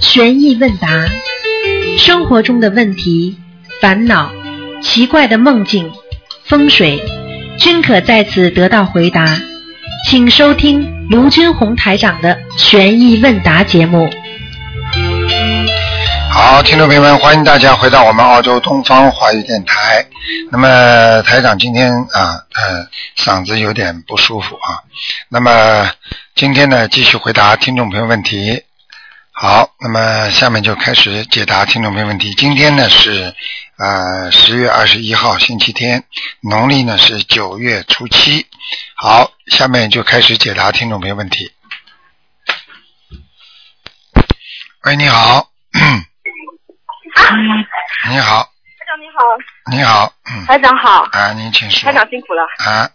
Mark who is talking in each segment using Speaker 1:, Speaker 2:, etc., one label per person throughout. Speaker 1: 悬疑问答，生活中的问题、烦恼、奇怪的梦境、风水，均可在此得到回答。请收听卢军红台长的悬疑问答节目。
Speaker 2: 好，听众朋友们，欢迎大家回到我们澳洲东方华语电台。那么台长今天啊，呃，嗓子有点不舒服啊。那么今天呢，继续回答听众朋友问题。好，那么下面就开始解答听众朋友问题。今天呢是呃十月二十一号星期天，农历呢是九月初七。好，下面就开始解答听众朋友问题。喂，你好，你好，
Speaker 3: 台长你好，
Speaker 2: 你好，嗯，
Speaker 3: 台长好，
Speaker 2: 啊，您请说
Speaker 3: 台。长辛苦了。
Speaker 2: 啊，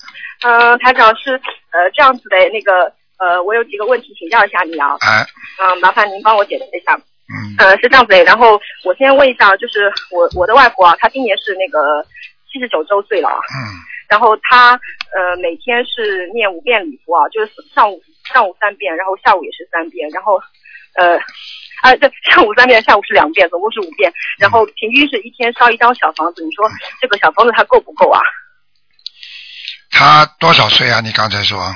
Speaker 3: 嗯、台长是呃这样子的，那个呃，我有几个问题请教一下你啊，
Speaker 2: 啊，
Speaker 3: 嗯、麻烦您帮我解答一下。
Speaker 2: 嗯，
Speaker 3: 呃，是这样子的，然后我先问一下，就是我我的外婆啊，她今年是那个七十九周岁了啊，
Speaker 2: 嗯，
Speaker 3: 然后她呃每天是念五遍礼佛啊，就是上午上午三遍，然后下午也是三遍，然后呃。啊，对， 上午三遍，下午是两遍，总共是五遍。然后平均是一天烧一张小房子，你说这个小房子它够不够啊？
Speaker 2: 他多少岁啊？你刚才说，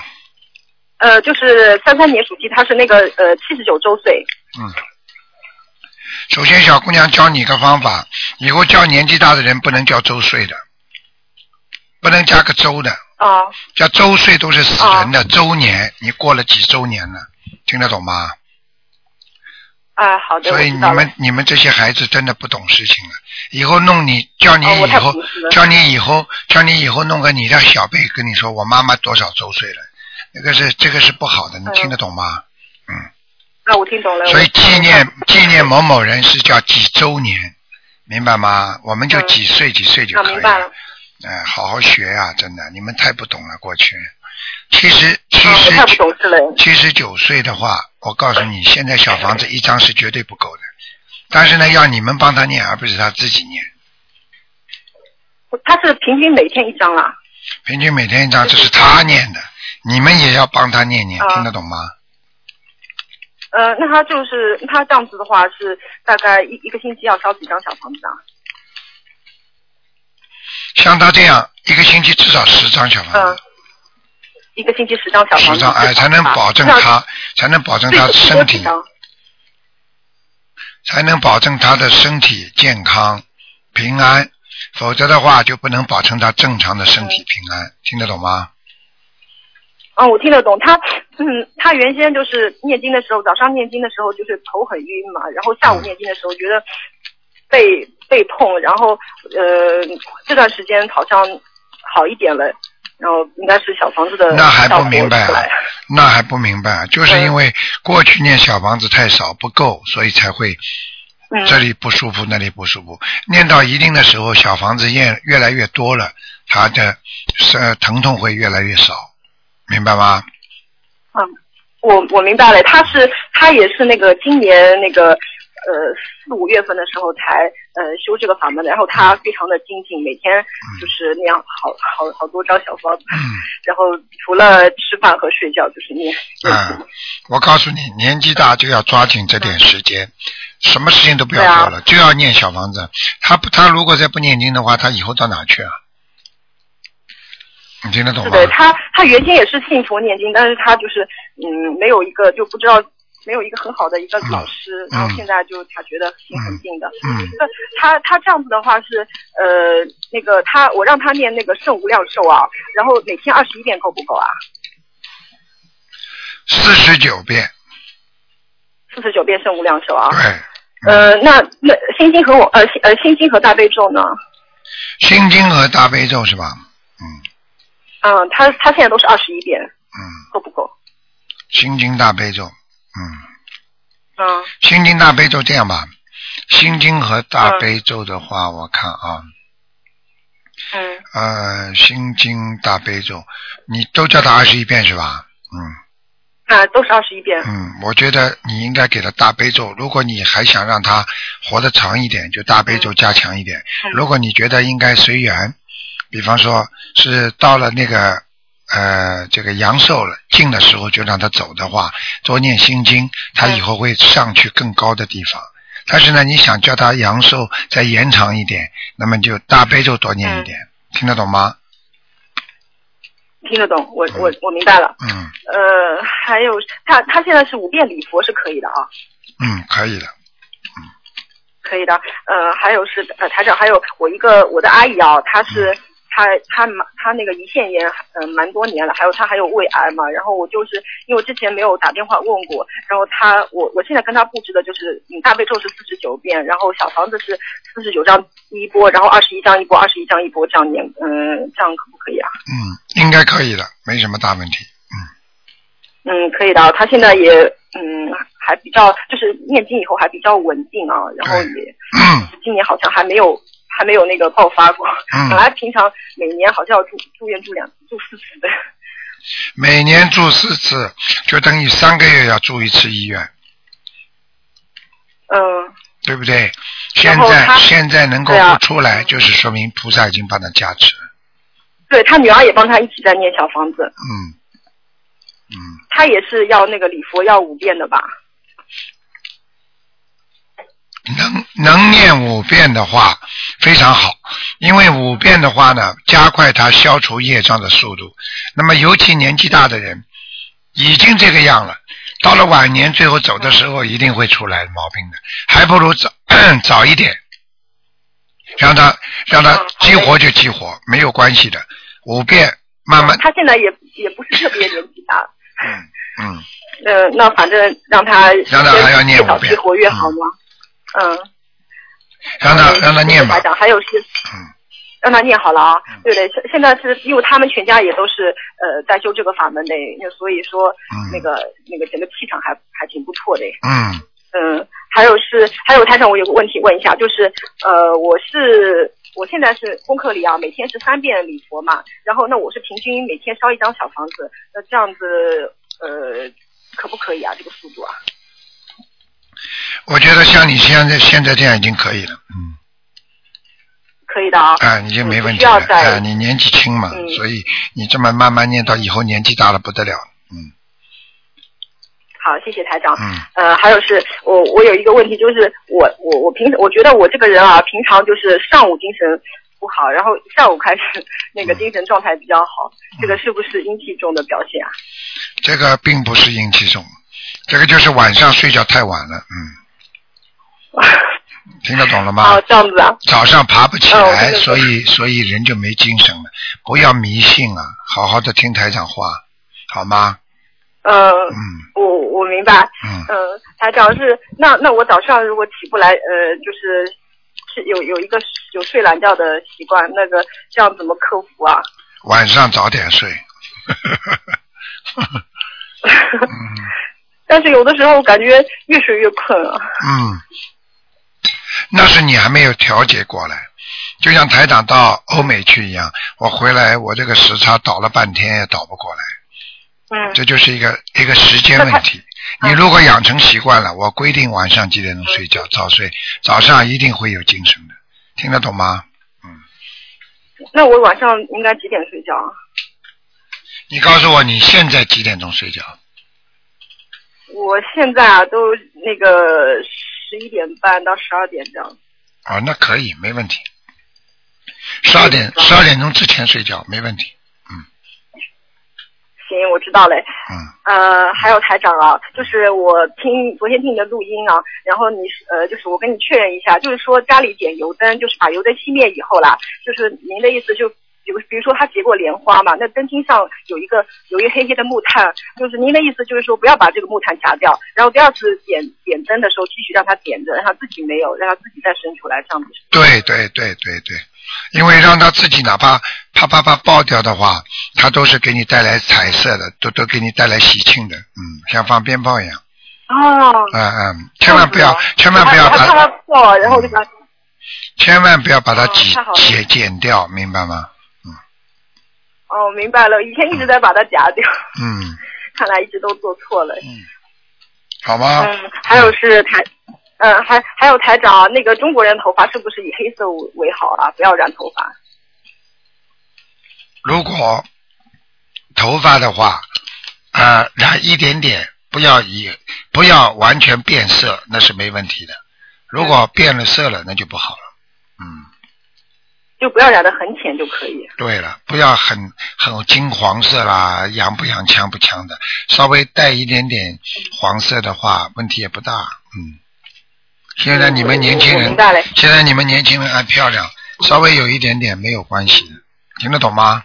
Speaker 3: 呃，就是三三年属鸡，他是那个呃七十九周岁。
Speaker 2: 嗯。首先，小姑娘教你一个方法，以后叫年纪大的人不能叫周岁的，不能加个周的，
Speaker 3: 啊
Speaker 2: 叫周岁都是死人
Speaker 3: 哦
Speaker 2: 的周年，你过了几周年了，听得懂吗？
Speaker 3: 啊，好的，
Speaker 2: 所以
Speaker 3: 我知
Speaker 2: 你
Speaker 3: 道了
Speaker 2: 们你们这些孩子真的不懂事情了，以后弄你叫你
Speaker 3: 哦我
Speaker 2: 以
Speaker 3: 太
Speaker 2: 后、
Speaker 3: 朴实了
Speaker 2: 叫你以后叫你以后弄个你的小辈跟你说我妈妈多少周岁了，那个是这个是不好的，你
Speaker 3: 嗯
Speaker 2: 听得懂吗？
Speaker 3: 啊，我听懂了。
Speaker 2: 所以
Speaker 3: 我
Speaker 2: 纪念纪念某某人是叫几周年，明白吗？我们就
Speaker 3: 嗯
Speaker 2: 几岁几岁就
Speaker 3: 啊，
Speaker 2: 可以
Speaker 3: 明白了。
Speaker 2: 哎，好好学啊，真的，你们太不懂了，过去。其实其
Speaker 3: 啊，我
Speaker 2: 实
Speaker 3: 太不懂事了。
Speaker 2: 七十九岁的话，我告诉你，现在小房子一张是绝对不够的。但是呢，要你们帮他念，而不是他自己念。
Speaker 3: 他是平均每天一张啊啦。
Speaker 2: 平均每天一张，这是他念的，你们也要帮他念念，
Speaker 3: 啊
Speaker 2: 听得懂吗？
Speaker 3: 呃，那他就是他这样子的话，是大概一一个星期要烧几张小房子啊？
Speaker 2: 像他这样，一个星期至少十张小
Speaker 3: 嗯
Speaker 2: 房子，、
Speaker 3: 一个星期十张啊小房
Speaker 2: 十
Speaker 3: 子。
Speaker 2: 张，哎，才能保证
Speaker 3: 那
Speaker 2: 他，才能保证
Speaker 3: 最
Speaker 2: 他
Speaker 3: 多是多
Speaker 2: 身
Speaker 3: 几
Speaker 2: 体，
Speaker 3: 张
Speaker 2: 才能保证他的身体健康平安，否则的话就不能保证他正常的身体平安，听得懂吗？
Speaker 3: 嗯，我听得懂。他，嗯，他原先就是念经的时候，早上念经的时候就是头很晕嘛，然后下
Speaker 2: 嗯
Speaker 3: 午念经的时候觉得背背痛，然后呃这段时间好像好一点了，然后应该是小房子的
Speaker 2: 那还
Speaker 3: 效
Speaker 2: 不
Speaker 3: 果
Speaker 2: 明白
Speaker 3: 出
Speaker 2: 啊
Speaker 3: 来？
Speaker 2: 那还不明白，啊就是
Speaker 3: 嗯
Speaker 2: 因为过去念小房子太少不够，所以才会
Speaker 3: 嗯
Speaker 2: 这里不舒服那里不舒服。念到一定的时候，小房子越越来越多了，它的呃疼痛会越来越少，明白 吗？
Speaker 3: 我我明白了，他是他也是那个今年那个呃四五月份的时候才呃修这个法门的，然后他非常的精进，每天
Speaker 2: 嗯
Speaker 3: 就是那样好好好多张小方子，然后除了吃饭和睡觉就是念。
Speaker 2: 嗯，我告诉你，年纪大就要抓紧这点时间，什么事情都不要
Speaker 3: 啊
Speaker 2: 做了，就要念小房子。他不，他如果再不念经的话，他以后到哪去啊？你听得懂
Speaker 3: 是
Speaker 2: 吗？
Speaker 3: 的，他他原先也是信佛念经，但是他就是嗯没有一个就不知道没有一个很好的一个老师，然后现在就他觉得挺很近的。
Speaker 2: 嗯，
Speaker 3: 那他他这样子的话是呃那个他我让他念那个圣无量寿啊，然后每天二十一遍够不够啊？
Speaker 2: 四十九遍，
Speaker 3: 四十九遍圣无量寿啊。
Speaker 2: 对。
Speaker 3: 呃，那那心经和我呃心呃心经和大悲咒呢？
Speaker 2: 心经和大悲咒是吧？
Speaker 3: 嗯，他他现在都是二十一遍，
Speaker 2: 嗯，
Speaker 3: 够不够？
Speaker 2: 心经大悲咒，嗯，
Speaker 3: 嗯，
Speaker 2: 心经大悲咒这样吧，心经和大悲咒的话，我看啊，
Speaker 3: 嗯，
Speaker 2: 呃，心经大悲咒，你都叫他二十一遍是吧？嗯
Speaker 3: 啊，都是二十一遍。
Speaker 2: 嗯，我觉得你应该给他大悲咒。如果你还想让他活得长一点，就大悲咒加强一点。
Speaker 3: 嗯
Speaker 2: 如果你觉得应该随缘，比方说是到了那个呃这个阳寿了尽的时候就让他走的话，多念心经，他以后会上去更高的地方。但是呢，你想叫他阳寿再延长一点，那么就大悲咒多念一点，听得懂吗？
Speaker 3: 听得懂，我我我明白了。
Speaker 2: 嗯
Speaker 3: 呃，还有他他现在是五遍礼佛是可以的啊，
Speaker 2: 嗯，可以的。
Speaker 3: 可以的。呃，还有是呃台长，还有我一个我的阿姨啊，她是她她蛮她那个胰腺炎嗯、呃蛮多年了，还有她还有胃癌嘛。然后我就是因为我之前没有打电话问过，然后她我我现在跟她布置的就是嗯大悲咒是四十九遍，然后小房子是四十九张一波，然后二十一张一波，二十一张一波这样念，嗯、这样可不可以啊？
Speaker 2: 嗯，应该可以的，没什么大问题。
Speaker 3: 嗯，可以的啊。他现在也嗯还比较，就是念经以后还比较稳定啊，然后也今年好像还没有还没有那个爆发过。
Speaker 2: 嗯
Speaker 3: 本来平常每年好像要住住院住两住四次的。
Speaker 2: 每年住四次，就等于三个月要住一次医院，
Speaker 3: 嗯
Speaker 2: 对不对？现
Speaker 3: 然后
Speaker 2: 在
Speaker 3: 他
Speaker 2: 现在能够
Speaker 3: 对啊
Speaker 2: 不出来，就是说明菩萨已经帮他加持了。
Speaker 3: 对他女儿也帮他一起在念小房子，
Speaker 2: 嗯
Speaker 3: 他也是要那个礼佛要五遍的吧？
Speaker 2: 能能念五遍的话非常好，因为五遍的话呢，加快他消除业障的速度。那么尤其年纪大的人，已经这个样了，到了晚年最后走的时候一定会出来毛病的，还不如早 早一点，让他让他激活就激活，没有关系的，五遍慢慢
Speaker 3: 他现在也也不是特别年纪大，
Speaker 2: 嗯。
Speaker 3: 呃，那反正让他
Speaker 2: 让他还要念
Speaker 3: 越
Speaker 2: 五
Speaker 3: 早
Speaker 2: 遍
Speaker 3: 激活越好吗？嗯
Speaker 2: 让他让他念吧嗯
Speaker 3: 台。长，还有是，让他念好了啊。对对，现现在是因为他们全家也都是呃在修这个法门的，那所以说、
Speaker 2: 嗯
Speaker 3: 那个那个整个气场还还挺不错的。
Speaker 2: 嗯
Speaker 3: 嗯，还有是还有台长，我有个问题问一下，就是呃，我是我现在是功课里啊，每天是三遍礼佛嘛，然后那我是平均每天烧一张小房子，那这样子呃可不可以啊？这个速度啊？
Speaker 2: 我觉得像你现在现在这样已经可以了，嗯。
Speaker 3: 可以的啊。
Speaker 2: 啊，你就没问题
Speaker 3: 嗯
Speaker 2: 了
Speaker 3: 不需要再
Speaker 2: 啊！你年纪轻嘛，
Speaker 3: 嗯
Speaker 2: 所以你这么慢慢念到以后年纪大了不得了，
Speaker 3: 好，谢谢台长。
Speaker 2: 嗯
Speaker 3: 呃，还有是我我有一个问题，就是我我我平时我觉得我这个人啊，平常就是上午精神不好，然后下午开始 那个精神状态比较好，这个是不是阴气中的表现啊？
Speaker 2: 这个并不是阴气重，这个就是晚上睡觉太晚了，嗯，听得懂了吗
Speaker 3: 哦，？这样子啊，
Speaker 2: 早上爬不起来，
Speaker 3: 哦对
Speaker 2: 所以所以人就没精神了。不要迷信啊，好好的听台长话，好吗？
Speaker 3: 呃，
Speaker 2: 嗯
Speaker 3: 我我明白，
Speaker 2: 嗯，
Speaker 3: 呃，台长是那那我早上如果起不来，呃，就是是有有一个有睡懒觉的习惯，那个这样怎么克服啊？
Speaker 2: 晚上早点睡，
Speaker 3: 但是有的时候感觉越睡越困啊。
Speaker 2: 嗯，那是你还没有调节过来，就像台长到欧美去一样，我回来我这个时差倒了半天也倒不过来，
Speaker 3: 嗯
Speaker 2: 这就是一个一个时间问题。你如果养成习惯了，我规定晚上几点钟睡觉，早睡，早上一定会有精神的，听得懂吗？
Speaker 3: 那我晚上应该几点睡觉啊？
Speaker 2: 你告诉我你现在几点钟睡觉？
Speaker 3: 我现在啊，都那个十一点半到十二点这样。
Speaker 2: 哦，那可以，没问题。十二点十二点钟之前睡觉没问题。
Speaker 3: 行，我知道嘞。
Speaker 2: 嗯。
Speaker 3: 呃，还有台长啊，就是我听昨天听你的录音啊，然后你呃，就是我跟你确认一下，就是说家里点油灯，就是把油灯熄灭以后啦，就是您的意思就。比如，比如说它结过莲花嘛，那灯芯上有一个有一个黑黑的木炭，就是您的意思就是说不要把这个木炭夹掉，然后第二次点点灯的时候继续让它点着，让它自己没有，让它自己再伸出来，这样子。
Speaker 2: 对对对对对，因为让他自己哪怕啪啪啪爆掉的话，他都是给你带来彩色的，都都给你带来喜庆的，嗯，像放鞭炮一样，
Speaker 3: 哦，
Speaker 2: 嗯嗯，千万不要，千万不要
Speaker 3: 我还怕
Speaker 2: 把，
Speaker 3: 它破，然后我就把
Speaker 2: 千万不要把它
Speaker 3: 哦
Speaker 2: 挤
Speaker 3: 太好了
Speaker 2: 解剪掉，明白吗？
Speaker 3: 哦，明白了，以前一直在把它夹掉，
Speaker 2: 嗯，
Speaker 3: 看来一直都做错了。
Speaker 2: 好吗？
Speaker 3: 嗯，还有是台，嗯，还还有台长，那个中国人头发是不是以黑色为为好啊？不要染头发。
Speaker 2: 如果头发的话，啊、染一点点，不要以不要完全变色，那是没问题的。如果变了色了，那就不好了。嗯，
Speaker 3: 就不要染得很浅就可以。
Speaker 2: 对了，不要很很金黄色啦，洋不洋、强不强的，稍微带一点点黄色的话，问题也不大。嗯，现在你们年轻
Speaker 3: 嗯我
Speaker 2: 人
Speaker 3: 明，白了。
Speaker 2: 现在你们年轻人爱漂亮，稍微有一点点没有关系的，听得懂吗？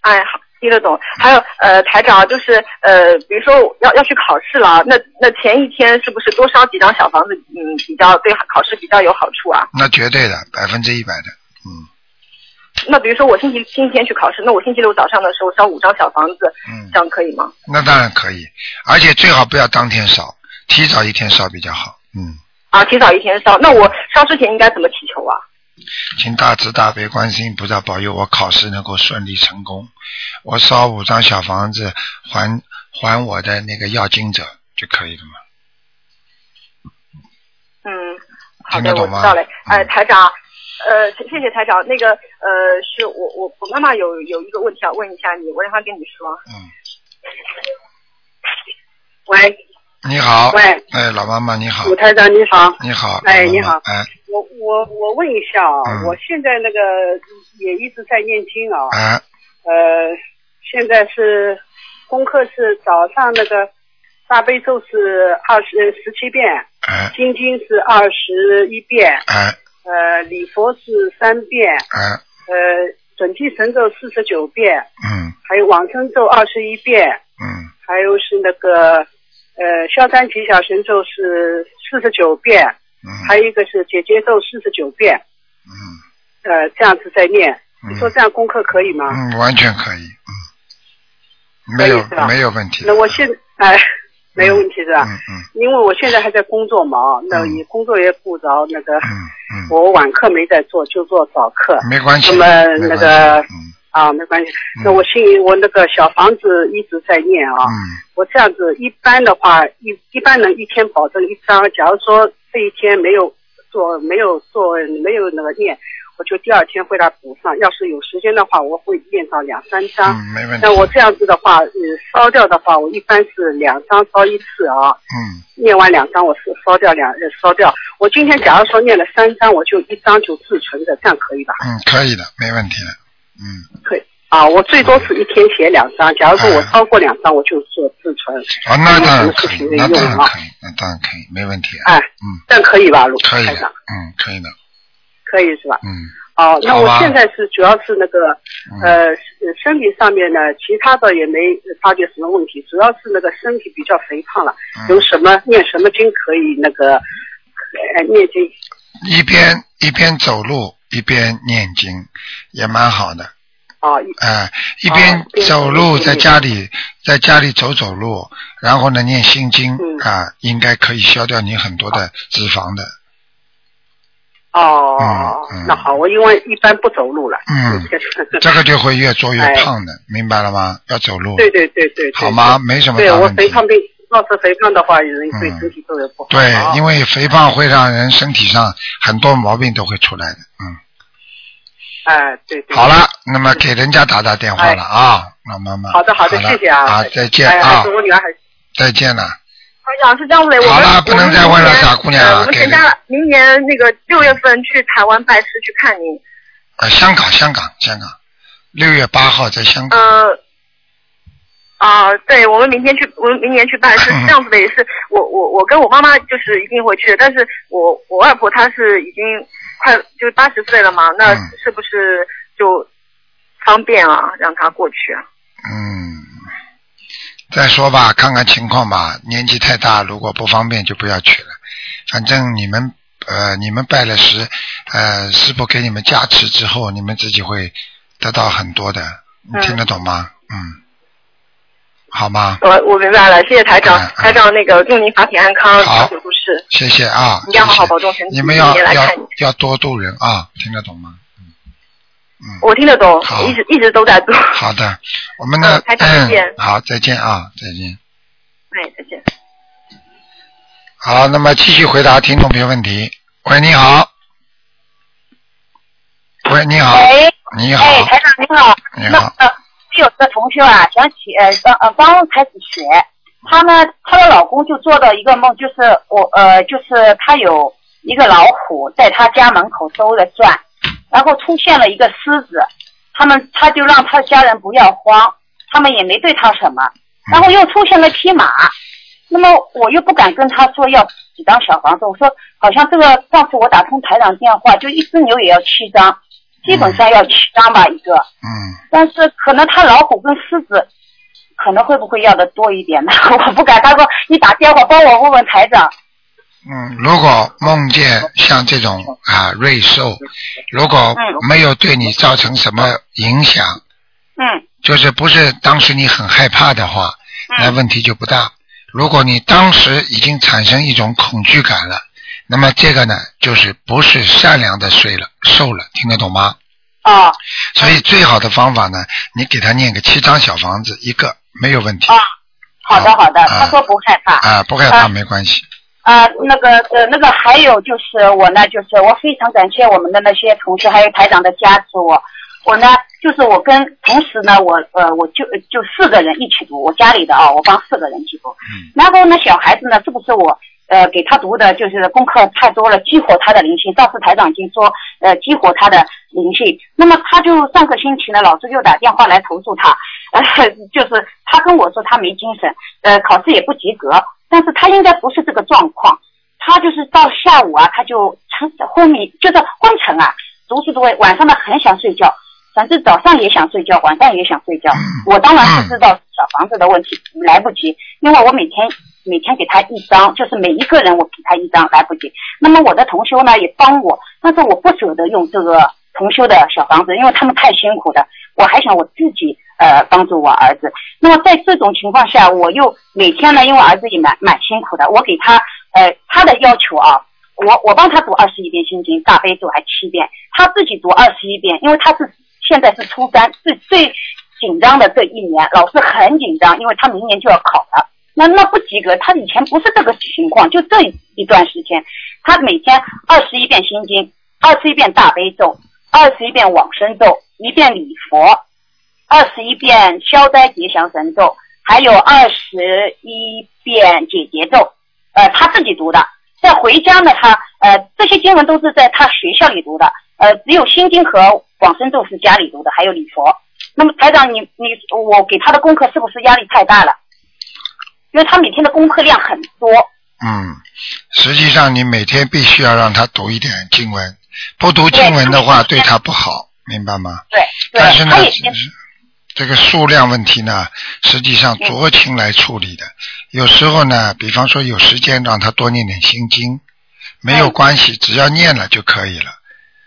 Speaker 3: 哎，好，听得懂。还有呃，台长就是呃，比如说要要去考试了，那那前一天是不是多烧几张小房子，嗯，比较对考试比较有好处啊？
Speaker 2: 那绝对的，百分之一百的。嗯
Speaker 3: 那比如说我星期星期天去考试，那我星期六早上的时候烧五张小房子，
Speaker 2: 嗯
Speaker 3: 这，样可以吗？
Speaker 2: 那当然可以，而且最好不要当天烧，提早一天烧比较好。嗯。
Speaker 3: 啊，提早一天烧。那我烧之前应该怎么祈求啊？
Speaker 2: 请大慈大悲观世音菩萨保佑我考试能够顺利成功。我烧五张小房子还还我的那个要经者就可以了嘛。
Speaker 3: 嗯，好
Speaker 2: 听得
Speaker 3: 的，
Speaker 2: 懂
Speaker 3: 我
Speaker 2: 吗
Speaker 3: 知道了。哎，
Speaker 2: 嗯
Speaker 3: 台长，呃，谢谢台长。那个呃，是我我我妈妈有有一个问题要问一下你，我让她跟你说。
Speaker 2: 嗯，
Speaker 4: 喂
Speaker 2: 你好，
Speaker 4: 喂，
Speaker 2: 哎，老妈妈你好
Speaker 4: 鲁，台长你好，
Speaker 2: 你好，
Speaker 4: 哎
Speaker 2: 老妈妈
Speaker 4: 你好
Speaker 2: 哎
Speaker 4: 我我我问一下啊，
Speaker 2: 嗯
Speaker 4: 我现在那个也一直在念经啊，
Speaker 2: 哎，
Speaker 4: 呃，现在是功课是早上那个大悲咒是二
Speaker 3: 呃
Speaker 4: 十十七遍，
Speaker 2: 哎
Speaker 4: 心经是二十一遍，
Speaker 2: 哎
Speaker 4: 呃，礼佛是三遍，
Speaker 2: 哎，
Speaker 4: 呃，准提神咒四十九遍，
Speaker 2: 嗯
Speaker 4: 还有往生咒二十一遍，
Speaker 2: 嗯
Speaker 4: 还有是那个呃消灾吉祥神咒是四十九遍，
Speaker 2: 嗯
Speaker 4: 还有一个是姐姐咒四十九遍，
Speaker 2: 嗯
Speaker 4: 呃，这样子在念。你说
Speaker 2: 嗯
Speaker 4: 这样功课可以吗？
Speaker 2: 嗯，完全可以，嗯，没有
Speaker 4: 可以是吧
Speaker 2: 没有问题的。
Speaker 4: 那我现哎、 没有问题是吧？
Speaker 2: 嗯嗯
Speaker 4: 因为我现在还在工作嘛，哦那
Speaker 2: 嗯
Speaker 4: 也工作也顾着那个，
Speaker 2: 嗯
Speaker 4: 我晚课没在做，就做早课
Speaker 2: 嗯，没关系，
Speaker 4: 那么
Speaker 2: 没
Speaker 4: 那
Speaker 2: 关系
Speaker 4: 个
Speaker 2: 嗯
Speaker 4: 啊，没关系。
Speaker 2: 嗯
Speaker 4: 那我心里我那个小房子一直在念啊，
Speaker 2: 嗯
Speaker 4: 我这样子一般的话，一一般能一天保证一张。假如说这一天没有做，没有做，没有那个念，我就第二天会来补上。要是有时间的话，我会念到两三张。
Speaker 2: 嗯，没问题。
Speaker 4: 那我这样子的话，呃，烧掉的话，我一般是两张烧一次啊。
Speaker 2: 嗯
Speaker 4: 念完两张，我是烧掉两，呃烧掉。我今天假如说念了三张，我就一张就自存着，这样可以吧？
Speaker 2: 嗯可以的，没问题的。嗯。
Speaker 4: 可以啊，我最多是一天写两张。假如说我
Speaker 2: 嗯
Speaker 4: 超过两张，我就做自存，
Speaker 2: 啊，那
Speaker 4: 没有
Speaker 2: 当
Speaker 4: 什
Speaker 2: 然
Speaker 4: 么
Speaker 2: 可
Speaker 4: 事
Speaker 2: 以
Speaker 4: 情，
Speaker 2: 那
Speaker 4: 用
Speaker 2: 当然
Speaker 4: 啊
Speaker 2: 可以，那当然可以，没问题。
Speaker 4: 哎，
Speaker 2: 嗯，
Speaker 4: 这样可以吧，卢
Speaker 2: 可以
Speaker 4: 台
Speaker 2: 的，
Speaker 4: 长？
Speaker 2: 嗯，可以的，
Speaker 4: 可以是吧？
Speaker 2: 嗯
Speaker 4: 哦，那
Speaker 2: 好
Speaker 4: 我
Speaker 2: 吧
Speaker 4: 现在是主要是那个
Speaker 2: 嗯
Speaker 4: 呃呃身体上面呢，其他的也没发觉什么问题，主要是那个身体比较肥胖了。有
Speaker 2: 嗯，
Speaker 4: 什么念什么经可以那个呃念经？
Speaker 2: 一边一边走路一边念经也蛮好的，
Speaker 4: 哦，一
Speaker 2: 哎、一边
Speaker 4: 哦边
Speaker 2: 走路
Speaker 4: 走路
Speaker 2: 在家里在家里走走路，然后呢念心经
Speaker 4: 嗯
Speaker 2: 啊、应该可以消掉你很多的脂肪的，
Speaker 4: 哦，
Speaker 2: 嗯嗯
Speaker 4: 那好，我因为一般不走路了。
Speaker 2: 嗯这个就会越做越胖的，明白了吗？要走路，
Speaker 4: 哎对对对对对，
Speaker 2: 好吗？没什么
Speaker 4: 对
Speaker 2: 大
Speaker 4: 我
Speaker 2: 问
Speaker 4: 肥
Speaker 2: 题。
Speaker 4: 胖病，要是肥胖的话，人对
Speaker 2: 嗯
Speaker 4: 身体都有不好。
Speaker 2: 对，因
Speaker 4: 为
Speaker 2: 为肥胖会让人身体上很多毛病都会出来的，嗯。
Speaker 4: 哎，对对。
Speaker 2: 好了，那么给人家打打电话了啊，老妈妈。
Speaker 4: 哎好的好的
Speaker 2: 了
Speaker 4: 谢谢啊
Speaker 2: 啊，再见
Speaker 4: 哎，
Speaker 2: 啊
Speaker 4: 还是，我女儿还
Speaker 2: 再见了。
Speaker 3: 台长是这样子的，我
Speaker 2: 好
Speaker 3: 们
Speaker 2: 了不能再问了
Speaker 3: 我们明年
Speaker 2: 傻姑娘
Speaker 3: 呃我们
Speaker 2: 给
Speaker 3: 全
Speaker 2: 你
Speaker 3: 家明年那个六月份去台湾拜师去看您。
Speaker 2: 啊，香港，香港，香港，六月八号在香港。
Speaker 3: 呃，啊、对，我们明天去，我们明年去办是这样子的，也是我我我跟我妈妈就是一定会去的，但是我我外婆她是已经快就是八十岁了嘛，那
Speaker 2: 嗯
Speaker 3: 是不是就方便啊，让她过去啊？
Speaker 2: 嗯，再说吧，看看情况吧。年纪太大，如果不方便就不要去了。反正你们呃，你们拜了师，呃，师傅给你们加持之后，你们自己会得到很多的。你听得懂吗？嗯，好吗？
Speaker 3: 我我明白了，谢谢台长
Speaker 2: 嗯，嗯
Speaker 3: 台长那个祝您法体安康，
Speaker 2: 好
Speaker 3: 长久住世，
Speaker 2: 谢谢啊，
Speaker 3: 你要好
Speaker 2: 谢
Speaker 3: 好
Speaker 2: 谢
Speaker 3: 保重身体，
Speaker 2: 你们要
Speaker 3: 明年来
Speaker 2: 要
Speaker 3: 看你。
Speaker 2: 要多度人啊，听得懂吗？
Speaker 3: 我听得懂
Speaker 2: 好，
Speaker 3: 一直一直都在做。
Speaker 2: 好的，我们呢
Speaker 3: 嗯，台长再见
Speaker 2: 好，再见啊，再见。
Speaker 3: 哎，再见。
Speaker 2: 好，那么继续回答听众朋友问题。喂，你好。喂，你好，
Speaker 5: 喂，
Speaker 2: 你好
Speaker 5: 哎，，台长您好，
Speaker 2: 你好，
Speaker 5: 呃，
Speaker 3: 有一个同修啊，想起呃刚呃刚开始学，她呢她的老公就做到一个梦，就是我呃就是她有一个老虎在她家门口兜着转，然后出现了一个狮子，他们她就让她的家人不要慌，他们也没对她什么，然后又出现了匹马，那么我又不敢跟她说要几张小房子，我说好像这个上次我打通台长电话，就一只牛也要七张，基本上要七张吧一个。
Speaker 2: 嗯，
Speaker 3: 但是可能他老虎跟狮子可能会不会要的多一点呢？ 我不敢。他说你打电话帮我问问台长。
Speaker 2: 嗯，如果梦见像这种啊瑞兽，如果没有对你造成什么影响，
Speaker 3: 嗯
Speaker 2: 就是不是当时你很害怕的话，那问题就不大。如果你当时已经产生一种恐惧感了，那么这个呢，就是不是善良的睡了受了，听得懂吗？
Speaker 3: 啊
Speaker 2: 所以最好的方法呢，你给他念个七张小房子一个没有问题
Speaker 3: 啊，好的好的。
Speaker 2: 啊
Speaker 3: 他说不害怕。
Speaker 2: 啊，不害怕
Speaker 3: 啊
Speaker 2: 没关系。
Speaker 3: 啊，那个呃，那个还有就是我呢，就是我非常感谢我们的那些同事，还有台长的加持我。我呢，就是我跟同时呢，我呃，我就就四个人一起读，我家里的啊、我帮四个人一起读。
Speaker 2: 嗯
Speaker 3: 然后呢，小孩子呢，是不是我呃给他读的就是功课太多了，激活他的灵性？上次台长已经说呃激活他的灵性。那么他就上个星期呢，老师就打电话来投诉他， 呃，就是他跟我说他没精神，呃，考试也不及格，但是他应该不是这个状况，他就是到下午啊，他就沉昏迷，就是昏沉啊，读书读会晚上呢很想睡觉。反正早上也想睡觉，晚上也想睡觉。我当然是知道小房子的问题来不及，因为我每天每天给他一张，就是每一个人我给他一张，来不及。那么我的同修呢也帮我，但是我不舍得用这个同修的小房子，因为他们太辛苦了，我还想我自己呃帮助我儿子。那么在这种情况下，我又每天呢，因为儿子也蛮蛮辛苦的，我给他呃他的要求啊，我我帮他读二十一遍心经，大悲咒还七遍，他自己读二十一遍，因为他是现在是初三，是最紧张的这一年，老师很紧张，因为他明年就要考了。那那不及格，他以前不是这个情况，就这一段时间，他每天二十一遍心经，二十一遍大悲咒，二十一遍往生咒，一遍礼佛，二十一遍消灾吉祥神咒，还有二十一遍解结咒，呃，他自己读的。在回家呢，他呃这些经文都是在他学校里读的，呃，只有心经和往生咒是家里读的，还有礼佛。那么台长，你你我给他的功课是不是压力太大了？因为他每天的功课量很多。
Speaker 2: 嗯，实际上你每天必须要让他读一点经文，不读经文的话对
Speaker 3: 对
Speaker 2: 他不好，明白吗？
Speaker 3: 对对
Speaker 2: 但是，呢
Speaker 3: 他也，
Speaker 2: 只是这个数量问题呢，实际上酌情来处理的。有时候呢，比方说有时间让他多念点心经，没有
Speaker 3: 嗯
Speaker 2: 关系，只要念了就可以了。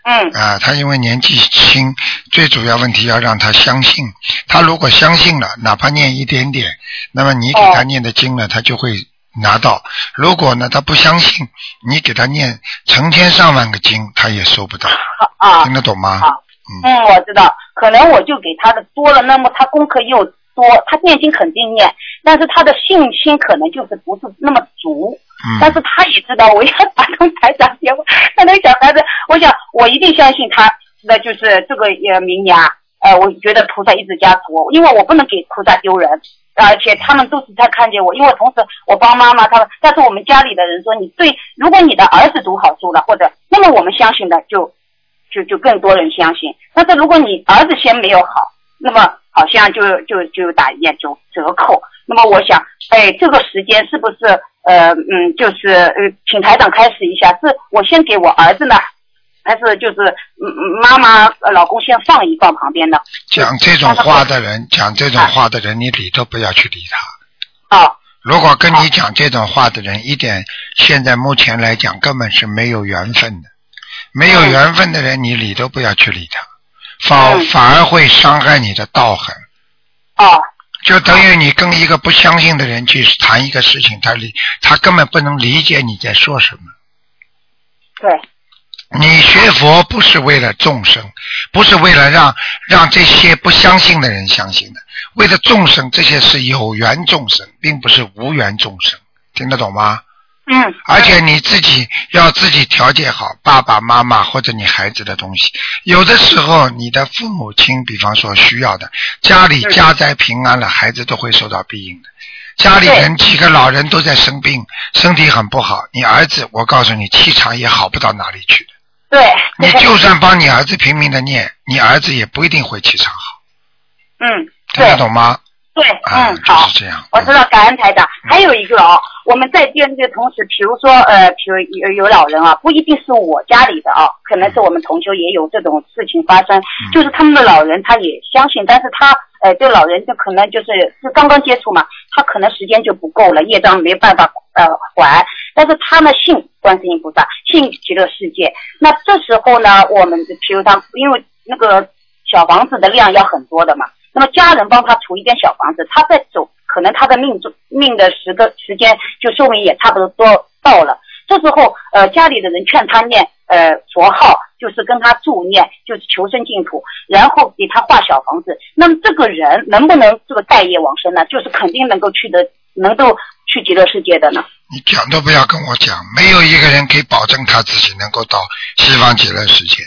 Speaker 3: 嗯
Speaker 2: 啊，他因为年纪轻，最主要问题要让他相信。他如果相信了，哪怕念一点点，那么你给他
Speaker 3: 哦
Speaker 2: 念的经呢，他就会拿到。如果呢，他不相信，你给他念成千上万个经，他也收不到。
Speaker 3: 好啊
Speaker 2: 听得懂吗？
Speaker 3: 好嗯，我知道，可能我就给他的多了，那么他功课又多，他念经肯定念，但是他的信心可能就是不是那么足。但
Speaker 2: 嗯
Speaker 3: 是他也知道我要打通台长电话，那那个小孩子，我想我一定相信他的就是这个呃明年啊，呃，我觉得菩萨一直加持我，因为我不能给菩萨丢人，而且他们都是在看见我，因为同时我帮妈妈他们，但是我们家里的人说你对，如果你的儿子读好书了，或者那么我们相信的就就就更多人相信，但是如果你儿子先没有好，那么好像就就就打一点折折扣。那么我想，哎，这个时间是不是呃嗯，就是呃，请台长开始一下，是我先给我儿子呢，还是就是嗯嗯妈妈呃老公先放一放旁边呢？
Speaker 2: 讲这种话的人，讲这种
Speaker 3: 啊
Speaker 2: 话的人，你理都不要去理他。
Speaker 3: 哦，
Speaker 2: 如果跟你讲这种话的人，一点现在目前来讲根本是没有缘分的，没有缘分的人，你理都不要去理他，反
Speaker 3: 嗯
Speaker 2: 反而会伤害你的道行。
Speaker 3: 哦，
Speaker 2: 就等于你跟一个不相信的人去谈一个事情，他理他根本不能理解你在说什么。
Speaker 3: 对，
Speaker 2: 你学佛不是为了众生，不是为了让让这些不相信的人相信的，为了众生，这些是有缘众生，并不是无缘众生，听得懂吗？
Speaker 6: 嗯，
Speaker 2: 而且你自己要自己调节好爸爸妈妈或者你孩子的东西。有的时候你的父母亲，比方说需要的，家里
Speaker 6: 对
Speaker 2: 家宅平安了，孩子都会受到庇应的。家里
Speaker 6: 对
Speaker 2: 人几个老人都在生病，身体很不好，你儿子我告诉你，气场也好不到哪里去的。
Speaker 6: 对，
Speaker 2: 你就算帮你儿子拼命的念，你儿子也不一定会气场好，
Speaker 6: 嗯，
Speaker 2: 听得
Speaker 6: 对
Speaker 2: 懂吗？
Speaker 6: 对，
Speaker 2: 啊，
Speaker 6: 嗯，
Speaker 2: 就
Speaker 6: 好
Speaker 2: 是。这样。
Speaker 6: 我知道，感恩台长。还有一个哦，我们在电视的同时，比如说呃，比如有有老人啊，不一定是我家里的啊，可能是我们同修也有这种事情发生，
Speaker 2: 嗯
Speaker 6: 就是他们的老人他也相信，但是他呃对老人就可能就是是刚刚接触嘛，他可能时间就不够了，业障没办法呃还，但是他呢信观世音菩萨，信极乐世界。那这时候呢，我们就比如他因为那个小房子的量要很多的嘛，那么家人帮他除一间小房子，他再走，可能他的命中命的时个时间就寿命也差不多多到了。这时候，呃，家里的人劝他念呃佛号，就是跟他助念，就是求生净土，然后给他画小房子。那么这个人能不能这个待业往生呢？就是肯定能够去的，能够去极乐世界的呢？
Speaker 2: 你讲都不要跟我讲，没有一个人可以保证他自己能够到西方极乐世界，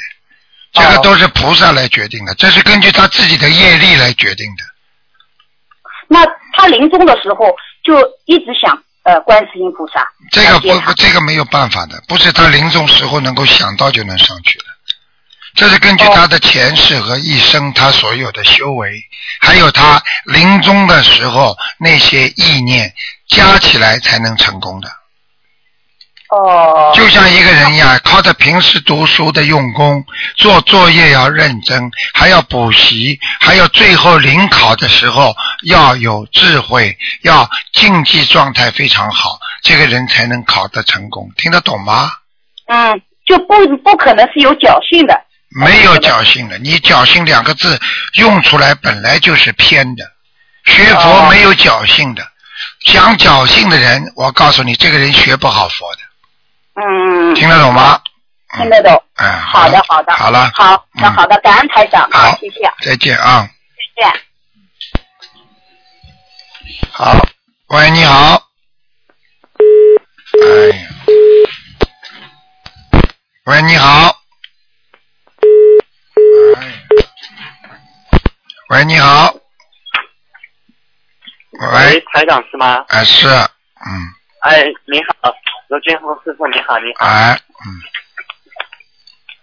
Speaker 2: 这个
Speaker 6: 哦
Speaker 2: 都是菩萨来决定的，这是根据他自己的业力来决定的。
Speaker 6: 那他临终的时候就一直想呃观世音菩萨，
Speaker 2: 这个
Speaker 6: 了解
Speaker 2: 不，这个没有办法的，不是他临终时候能够想到就能上去的，这是根据他的前世和一生他所有的修为，还有他临终的时候那些意念加起来才能成功的。
Speaker 6: 哦
Speaker 2: 就像一个人一样，靠着平时读书的用功，做作业要认真，还要补习，还有最后临考的时候要有智慧，要竞技状态非常好，这个人才能考得成功。听得懂吗？
Speaker 6: 嗯，就不不可能是有侥幸的。
Speaker 2: 没有侥幸的，你侥幸两个字用出来本来就是偏的。学佛
Speaker 6: 哦
Speaker 2: 没有侥幸的，想侥幸的人，我告诉你，这个人学不好佛的。
Speaker 6: 嗯，
Speaker 2: 听得懂吗？嗯
Speaker 6: 听得懂。
Speaker 2: 哎，
Speaker 6: 好的，好的，
Speaker 2: 好了，
Speaker 6: 好，那
Speaker 2: 嗯
Speaker 6: 好的，感恩台长，
Speaker 2: 好
Speaker 6: 谢谢，再
Speaker 2: 再见啊。
Speaker 6: 见。
Speaker 2: 好，喂，你好。哎呀，喂，你好。哎呀，喂，你好。喂，，
Speaker 7: 台长是吗？
Speaker 2: 哎是，嗯，
Speaker 7: 哎，你好，罗军红师傅，你好，你好。
Speaker 2: 哎，嗯，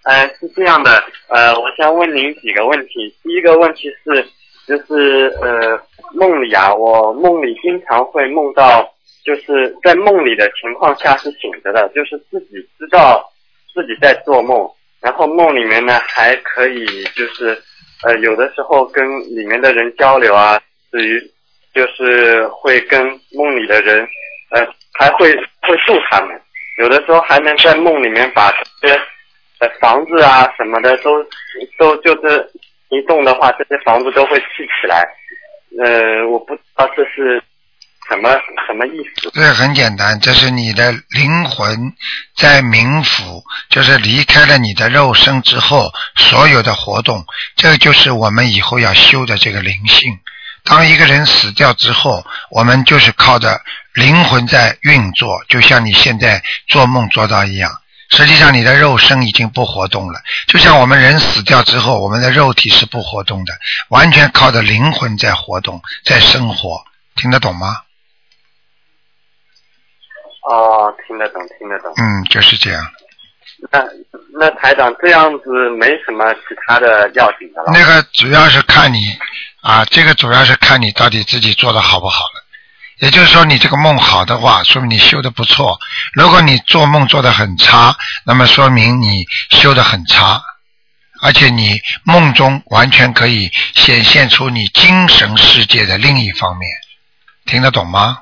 Speaker 7: 呃，是这样的，呃，我想问您几个问题。第一个问题是，就是呃，梦里啊，我梦里经常会梦到，就是在梦里的情况下是醒着的，就是自己知道自己在做梦，然后梦里面呢还可以就是呃，有的时候跟里面的人交流啊，至于就是会跟梦里的人，呃，还会会助他们，有的时候还能在梦里面把这些。呃，房子啊什么的都都就是一动的话，这些房子都会砌起来。呃，我不知道这是什么什么意思。
Speaker 2: 这很简单，这是你的灵魂在冥府，就是离开了你的肉身之后所有的活动，这就是我们以后要修的这个灵性。当一个人死掉之后，我们就是靠着灵魂在运作，就像你现在做梦做到一样。实际上，你的肉身已经不活动了，就像我们人死掉之后，我们的肉体是不活动的，完全靠着灵魂在活动，在生活。听得懂吗？
Speaker 7: 哦，听得懂，听得懂。
Speaker 2: 嗯，就是这样。
Speaker 7: 那那台长这样子没什么其他的要紧的了。
Speaker 2: 那个主要是看你啊，这个主要是看你到底自己做的好不好了。也就是说，你这个梦好的话，说明你修的不错；如果你做梦做的很差，那么说明你修的很差，而且你梦中完全可以显现出你精神世界的另一方面，听得懂吗？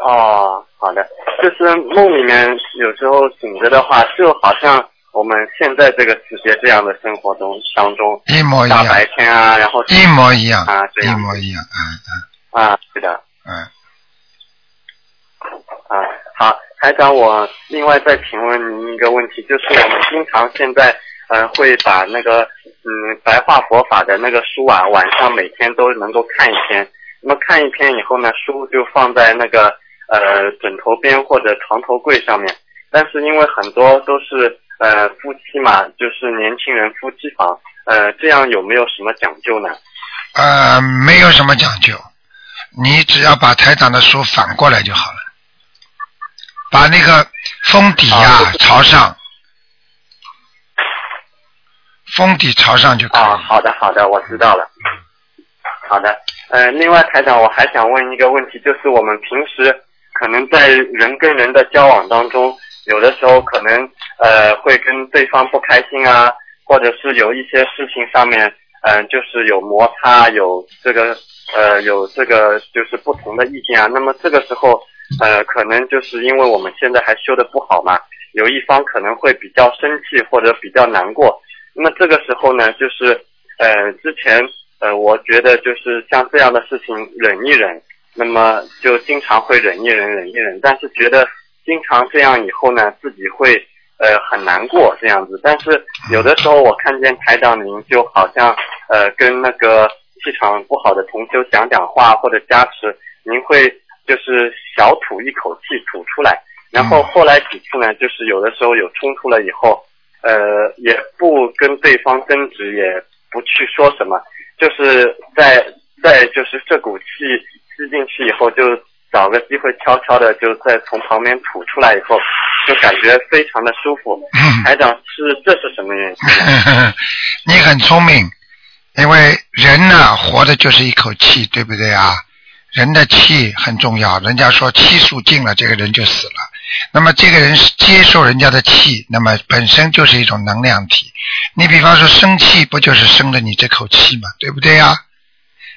Speaker 7: 哦，好的，就是梦里面有时候醒着的话，就好像我们现在这个世界这样的生活中当中，
Speaker 2: 一模一
Speaker 7: 大
Speaker 2: 样，
Speaker 7: 白天啊，然后
Speaker 2: 一模一样，
Speaker 7: 啊这
Speaker 2: 一
Speaker 7: 样
Speaker 2: 模一样，嗯
Speaker 7: 啊，是的。
Speaker 2: 嗯嗯，
Speaker 7: 啊，好，台长，我另外再请问您一个问题，就是我们经常现在，嗯、会把那个，嗯，白话佛法的那个书啊，晚上每天都能够看一篇。那么看一篇以后呢，书就放在那个，呃枕头边或者床头柜上面，但是因为很多都是呃夫妻嘛，就是年轻人夫妻房，呃这样有没有什么讲究呢？
Speaker 2: 呃，没有什么讲究，你只要把台长的书反过来就好了，把那个封底呀、
Speaker 7: 好
Speaker 2: 朝上，封底朝上就可以。
Speaker 7: 啊，好的好的，我知道了。好的，呃，另外台长，我还想问一个问题，就是我们平时可能在人跟人的交往当中，有的时候可能呃会跟对方不开心啊，或者是有一些事情上面，嗯、就是有摩擦，有这个呃有这个就是不同的意见啊。那么这个时候，呃，可能就是因为我们现在还修的不好嘛，有一方可能会比较生气或者比较难过，那么这个时候呢，就是呃，之前呃，我觉得就是像这样的事情忍一忍，那么就经常会忍一忍，忍一忍，但是觉得经常这样以后呢，自己会呃很难过这样子。但是有的时候我看见台长您就好像呃跟那个气场不好的同修讲讲话或者加持，您会就是小吐一口气吐出来。然后后来几次呢，就是有的时候有冲突了以后，呃，也不跟对方争执，也不去说什么，就是在在就是这股气吸进去以后，就找个机会悄悄的就再从旁边吐出来以后，就感觉非常的舒服。
Speaker 2: 嗯
Speaker 7: 台长是这是什么原因？
Speaker 2: 你很聪明，因为人呢、活的就是一口气，对不对啊？人的气很重要，人家说气数尽了，这个人就死了。那么这个人是接受人家的气，那么本身就是一种能量体。你比方说生气，不就是生的你这口气嘛，对不对呀、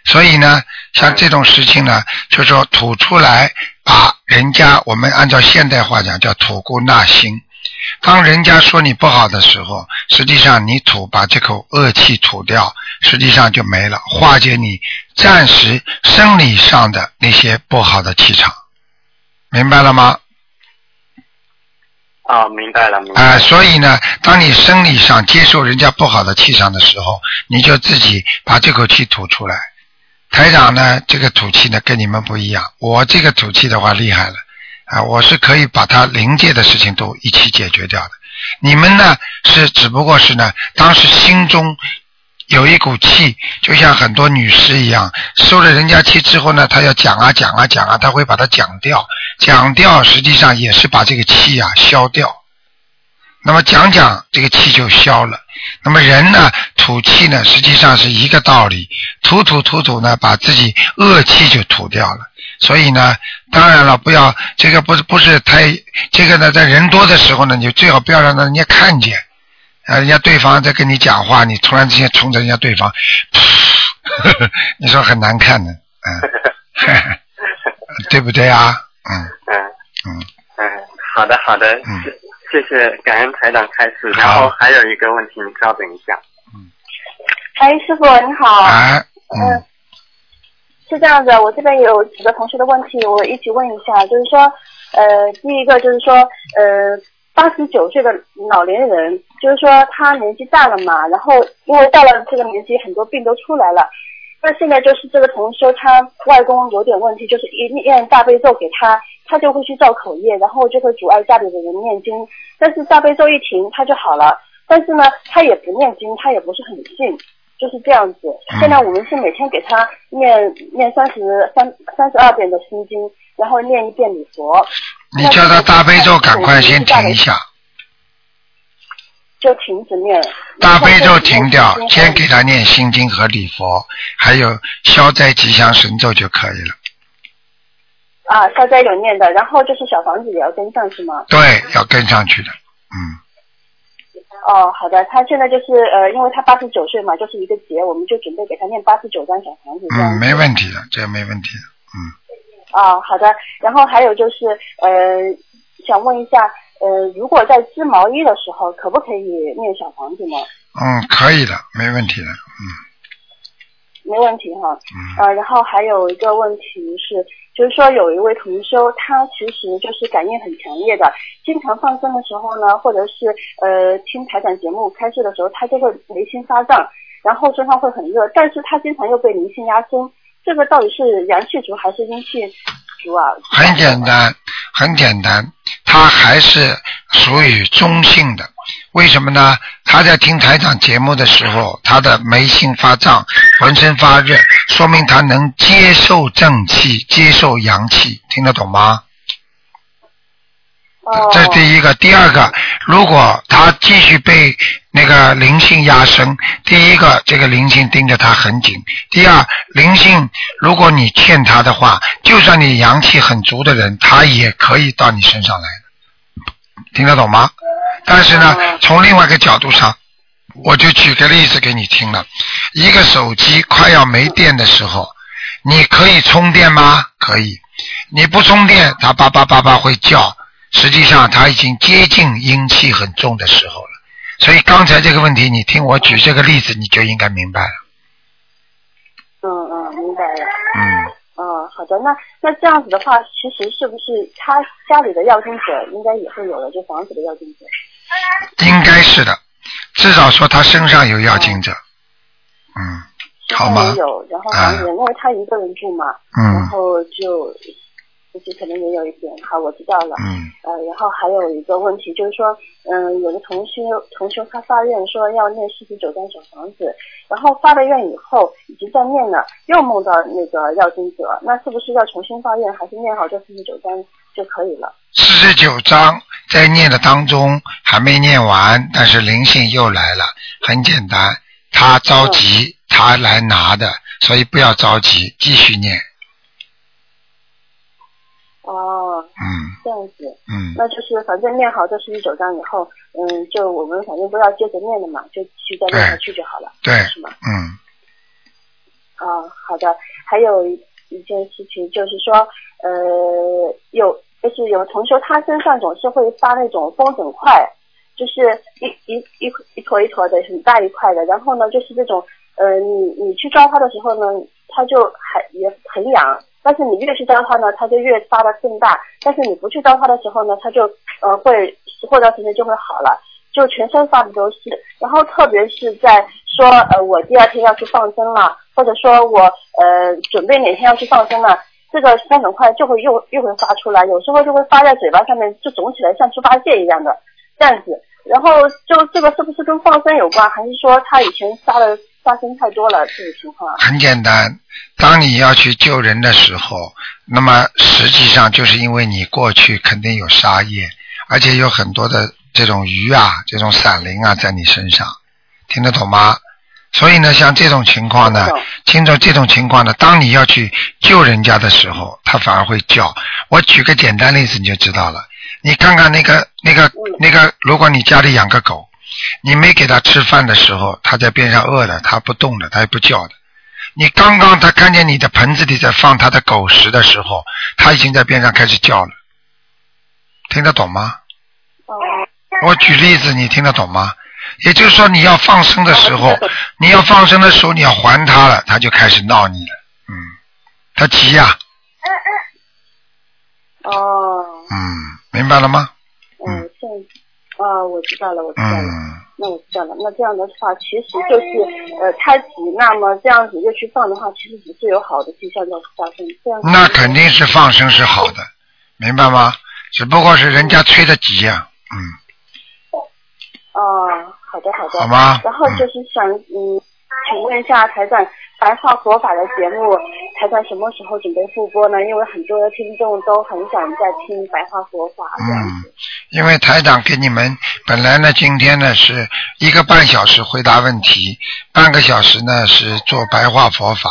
Speaker 2: 所以呢，像这种事情呢，就说吐出来，把人家我们按照现代话讲叫吐故纳新。当人家说你不好的时候，实际上你吐把这口恶气吐掉，实际上就没了，化解你暂时生理上的那些不好的气场，明白了吗？
Speaker 7: 啊，明白了，明白
Speaker 2: 啊、
Speaker 7: 了。
Speaker 2: 所以呢，当你生理上接受人家不好的气场的时候，你就自己把这口气吐出来。台长呢，这个吐气呢跟你们不一样，我这个吐气的话厉害了啊，我是可以把它临界的事情都一起解决掉的。你们呢是只不过是呢，当时心中有一股气，就像很多女士一样，受了人家气之后呢，她要讲啊讲啊讲啊，她会把它讲掉，讲掉实际上也是把这个气啊消掉。那么讲讲这个气就消了。那么人呢，吐气呢，实际上是一个道理，吐吐吐吐呢，把自己恶气就吐掉了。所以呢，当然了，不要这个不是不是太这个呢，在人多的时候呢，你就最好不要让人家看见，啊，人家对方在跟你讲话，你突然之间冲着人家对方，噗， 你说很难看的，嗯， 对不对啊？嗯
Speaker 7: 嗯
Speaker 2: 嗯，
Speaker 7: 嗯，好的好的，
Speaker 2: 嗯
Speaker 7: 谢谢谢感恩台长开始。然
Speaker 2: 好
Speaker 7: 后还有一个问题，你稍等一下。
Speaker 8: 哎，师傅你
Speaker 3: 啊
Speaker 8: 好，
Speaker 2: 哎，嗯
Speaker 8: 是这样子，我这边有几个同学的问题，我一起问一下，就是说，呃，第一个就是说，呃，八十九岁的老年人，就是说他年纪大了嘛，然后因为到了这个年纪，很多病都出来了。那现在就是这个同修，他外公有点问题，就是一念大悲咒给他，他就会去造口业，然后就会阻碍家里的人念经。但是大悲咒一停，他就好了。但是呢，他也不念经，他也不是很信，就是这样子。
Speaker 2: 嗯
Speaker 8: 现在我们是每天给他念念三十三三十二遍的心经，然后念一遍礼佛，
Speaker 2: 你叫他大悲咒赶快先停一下。
Speaker 8: 就停止念。
Speaker 2: 大悲咒停掉，先给
Speaker 8: 他。
Speaker 2: 他念心经和礼佛，还有消灾吉祥神咒就可以了。
Speaker 8: 啊，消灾有念的，然后就是小房子也要跟上是吗？
Speaker 2: 对，要跟上去的。嗯，
Speaker 8: 哦，好的，他现在就是呃，因为他八十九岁嘛，就是一个节，我们就准备给他念八十九张小房子这样
Speaker 2: 嗯，
Speaker 8: 子。
Speaker 2: 没问题的，这个没问题的。
Speaker 8: 啊、好的。然后还有就是呃，想问一下呃，如果在织毛衣的时候，可不可以念小房子呢？
Speaker 2: 嗯，可以的，没问题的。
Speaker 8: 没问题哈。
Speaker 2: 嗯
Speaker 3: 啊
Speaker 8: 呃，然后还有一个问题是，就是说有一位同修，他其实就是感应很强烈的，经常放生的时候呢，或者是呃听台长节目开示的时候，他就会眉心发胀，然后身上会很热，但是他经常又被灵性压身，这个到底是阳气足还是阴气
Speaker 3: 主啊？
Speaker 2: 很简单，很简单，他还是属于中性的。为什么呢？他在听台长节目的时候，他的眉心发胀，浑身发热，说明他能接受正气，接受阳气，听得懂吗？
Speaker 3: 哦，
Speaker 2: 这是第一个，第二个，如果他继续被那个灵性压升，第一个这个灵性盯着他很紧，第二灵性如果你欠他的话，就算你阳气很足的人，他也可以到你身上来的，听得懂吗？但是呢，从另外一个角度上，我就举个例子给你听了，一个手机快要没电的时候，你可以充电吗？可以，你不充电，它叭叭叭叭会叫。实际上它已经接近阴气很重的时候了。所以刚才这个问题，你听我举这个例子，你就应该明白了。
Speaker 3: 嗯嗯，明白了。
Speaker 2: 嗯，
Speaker 3: 嗯，好的，那那这样子的话，其实是不是他家里的要经者应该也会有的，就房子的要经者？
Speaker 2: 应该是的，至少说他身上有要经者。嗯，好
Speaker 3: 他
Speaker 2: 吗
Speaker 3: 也？有，然后房子，因为他一个人住嘛，然
Speaker 2: 嗯
Speaker 3: 后就就是可能也有一点，好，我知道了。
Speaker 2: 嗯
Speaker 3: 呃，然后还有一个问题就是说，嗯、有的同学同学他发愿说要念四十九张小房子，然后发了愿以后已经在念了，又梦到那个要经者，那是不是要重新发愿，还是念好这四十九张就可以了？
Speaker 2: 四十九章在念的当中还没念完，但是灵性又来了。很简单，他着急，他来拿的，所以不要着急，继续念。
Speaker 3: 哦，
Speaker 2: 嗯
Speaker 3: 这样子，
Speaker 2: 嗯，
Speaker 3: 那就是反正念好这四十九章以后，嗯，就我们反正都要接着念的嘛，就继续再念下去就好了，
Speaker 2: 对，
Speaker 3: 是吗？
Speaker 2: 嗯
Speaker 3: 啊，好的。还有一一件事情就是说，呃，有就是有同修他身上总是会发那种风疹块，就是一一一一坨一坨的，很大一块的。然后呢，就是这种，呃，你你去抓它的时候呢，它就还也很痒。但是你越去抓它呢，它就越发的更大。但是你不去抓它的时候呢，它就呃会过段时间就会好了。就全身发的都是，然后特别是在说呃我第二天要去放生了，或者说我呃准备哪天要去放生了，这个三很块就会又又会发出来，有时候就会发在嘴巴上面，就肿起来像猪八戒一样的这样子。然后就这个是不是跟放生有关，还是说他以前杀的杀生太多了这种情况啊？
Speaker 2: 很简单。当你要去救人的时候，那么实际上就是因为你过去肯定有杀业，而且有很多的这种鱼啊、这种散灵啊在你身上，听得懂吗？所以呢，像这种情况呢
Speaker 3: 听
Speaker 2: 经过
Speaker 3: 得懂，
Speaker 2: 这种情况呢，当你要去救人家的时候，他反而会叫。我举个简单例子你就知道了。你看看那个、那个、那个，如果你家里养个狗，你没给它吃饭的时候，它在边上饿了，它不动了，它也不叫的。你刚刚它看见你的盆子里在放它的狗食的时候，它已经在边上开始叫了，听得懂吗？
Speaker 3: 哦、
Speaker 2: 我举例子，你听得懂吗？也就是说，你要放生的时 候，你要放生的时候，你要还它了，它就开始闹你了，嗯，它急啊呀、
Speaker 3: 哦，
Speaker 2: 嗯，明白了吗？
Speaker 3: 嗯，这样子啊、我知道了，我知道了。
Speaker 2: 嗯，
Speaker 3: 那我知道了。那这样的话，其实就是呃太急，那么这样子又去放的话，其实不是有好的迹象要发生。这样子
Speaker 2: 那肯定是放生是好的，明白吗？只不过是人家催得急呀、嗯，
Speaker 3: 哦，好的好的。
Speaker 2: 好吗？
Speaker 3: 然后就
Speaker 2: 嗯，
Speaker 3: 是想嗯，请问一下台长，白话佛法的节目，台长什么时候准备复播呢？因为很多的听众都很想再听白话佛法
Speaker 2: 嗯
Speaker 3: 这样子。
Speaker 2: 因为台长给你们本来呢，今天呢是一个半小时回答问题，半个小时呢是做白话佛法。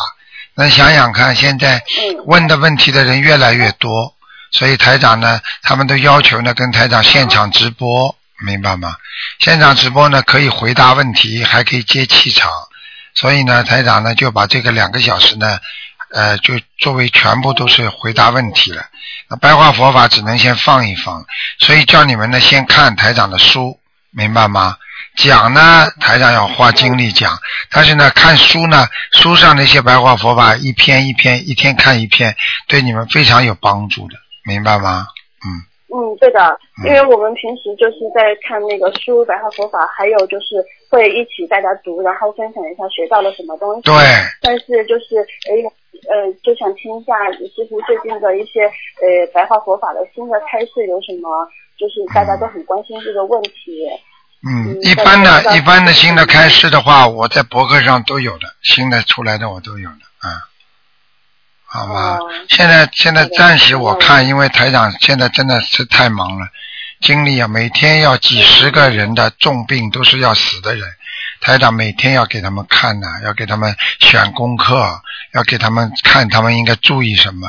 Speaker 2: 那想想看，现在
Speaker 3: 嗯
Speaker 2: 问的问题的人越来越多，所以台长呢，他们都要求呢跟台长现场直播，明白吗？现场直播呢可以回答问题，还可以接气场，所以呢台长呢就把这个两个小时呢，呃就作为全部都是回答问题了。那啊白话佛法只能先放一放，所以叫你们呢先看台长的书，明白吗？讲呢，台长要花精力讲，但是呢，看书呢，书上那些白话佛法一篇一篇，一天看一篇，对你们非常有帮助的，明白吗？嗯，
Speaker 3: 嗯，对的，因为我们平时就是在看那个书《白话佛法》，还有就是会一起大家读，然后分享一下学到了什么东西。
Speaker 2: 对，
Speaker 3: 但是就是哎，
Speaker 8: 呃，就想听一下师傅最近的一些呃白话佛法的新的开示有什么？就是大家都很关心这个问题。
Speaker 2: 嗯，一般的、一般的新的开始的话，我在博客上都有的，新的出来的我都有的啊。好吧，
Speaker 8: 哦
Speaker 2: 现在现在
Speaker 8: 好的
Speaker 2: 暂时我看，因为台长现在真的是太忙了，精力啊，每天要几十个人的重病都是要死的人，台长每天要给他们看呐、要给他们选功课，要给他们看他们应该注意什么，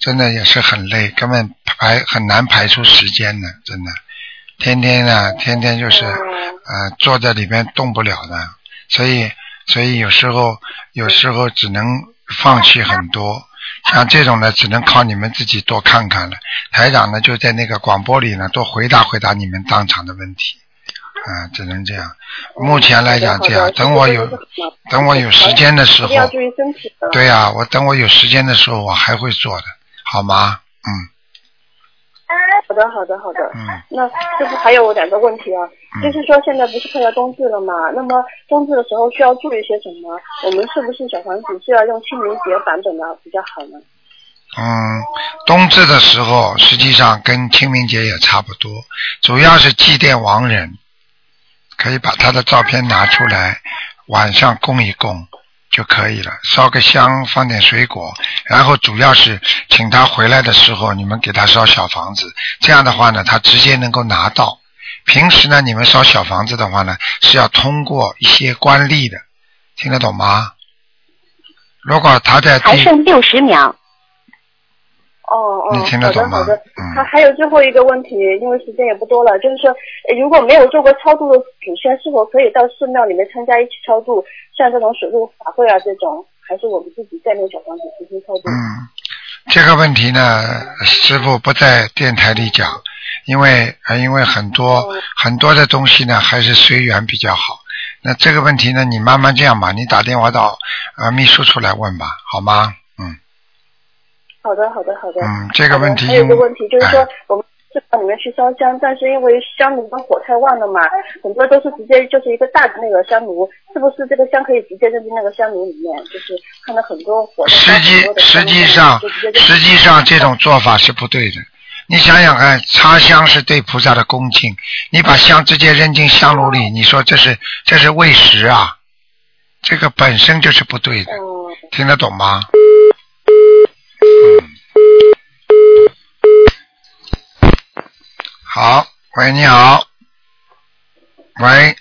Speaker 2: 真的也是很累，根本排很难排出时间的，真的，天天呢，天天就是呃坐在里面动不了的，所以所以有时候有时候只能放弃很多。像这种呢，只能靠你们自己多看看了。台长呢，就在那个广播里呢，多回答回答你们当场的问题，啊、只能这样。嗯目前来
Speaker 8: 嗯
Speaker 2: 讲
Speaker 3: 嗯
Speaker 2: 这样，等我有等我有时间的
Speaker 8: 一
Speaker 2: 时候
Speaker 8: 定，要注意身体的。
Speaker 2: 对呀、啊我等我有时间的时候，我还会做的，好吗？嗯
Speaker 8: 好的，好的，好的。
Speaker 2: 嗯，
Speaker 8: 那师傅还有两个问题啊，
Speaker 2: 嗯
Speaker 8: 就是说现在不是快要冬至了嘛？那么冬至的时候需要注意些什么？我们是不是小房子是要用清明节版本的比较好呢？
Speaker 2: 嗯，冬至的时候，实际上跟清明节也差不多，主要是祭奠亡人，可以把他的照片拿出来，晚上供一供就可以了，烧个香，放点水果，然后主要是请他回来的时候，你们给他烧小房子，这样的话呢，他直接能够拿到。平时呢，你们烧小房子的话呢，是要通过一些官吏的，听得懂吗？如果他在地
Speaker 5: 还剩六十秒，
Speaker 8: 哦哦，
Speaker 2: 你听得懂吗
Speaker 8: 好的好的
Speaker 2: 嗯。
Speaker 8: 那、还有最后一个问题，因为时间也不多了，就是说，呃如果没有做过超度的祖先，是否可以到寺庙里面参加一起超度？像这种水陆法会啊这种，还是我们自己在那个小房子实行超度？
Speaker 2: 嗯，这个问题呢，师傅不在电台里讲，因为呃因为很多
Speaker 8: 哦
Speaker 2: 很多的东西呢，还是随缘比较好。那这个问题呢，你慢慢这样吧，你打电话到呃秘书处来问吧，好吗？嗯
Speaker 8: 好的，好的，好的。
Speaker 2: 嗯，这个问题
Speaker 8: 还有一个
Speaker 2: 应
Speaker 8: 问题就是说
Speaker 2: 哎，
Speaker 8: 我们寺庙里面去烧香，但是因为香炉的火太旺了嘛，很多都是直接就是一个大的那个香炉，是不是这个香可以直接扔进那个香炉里面？就是看到很多火在烧
Speaker 2: 实际
Speaker 8: 很多的香
Speaker 2: 实
Speaker 8: 炉
Speaker 2: 际上
Speaker 8: 就直接，扔
Speaker 2: 实际上这种做法是不对的。你想想看，插香是对菩萨的恭敬，你把香直接扔进香炉里，你说这是这是喂食啊？这个本身就是不对的，
Speaker 1: 嗯
Speaker 8: 哦
Speaker 2: 听得懂吗？嗯。好，喂，你好。喂，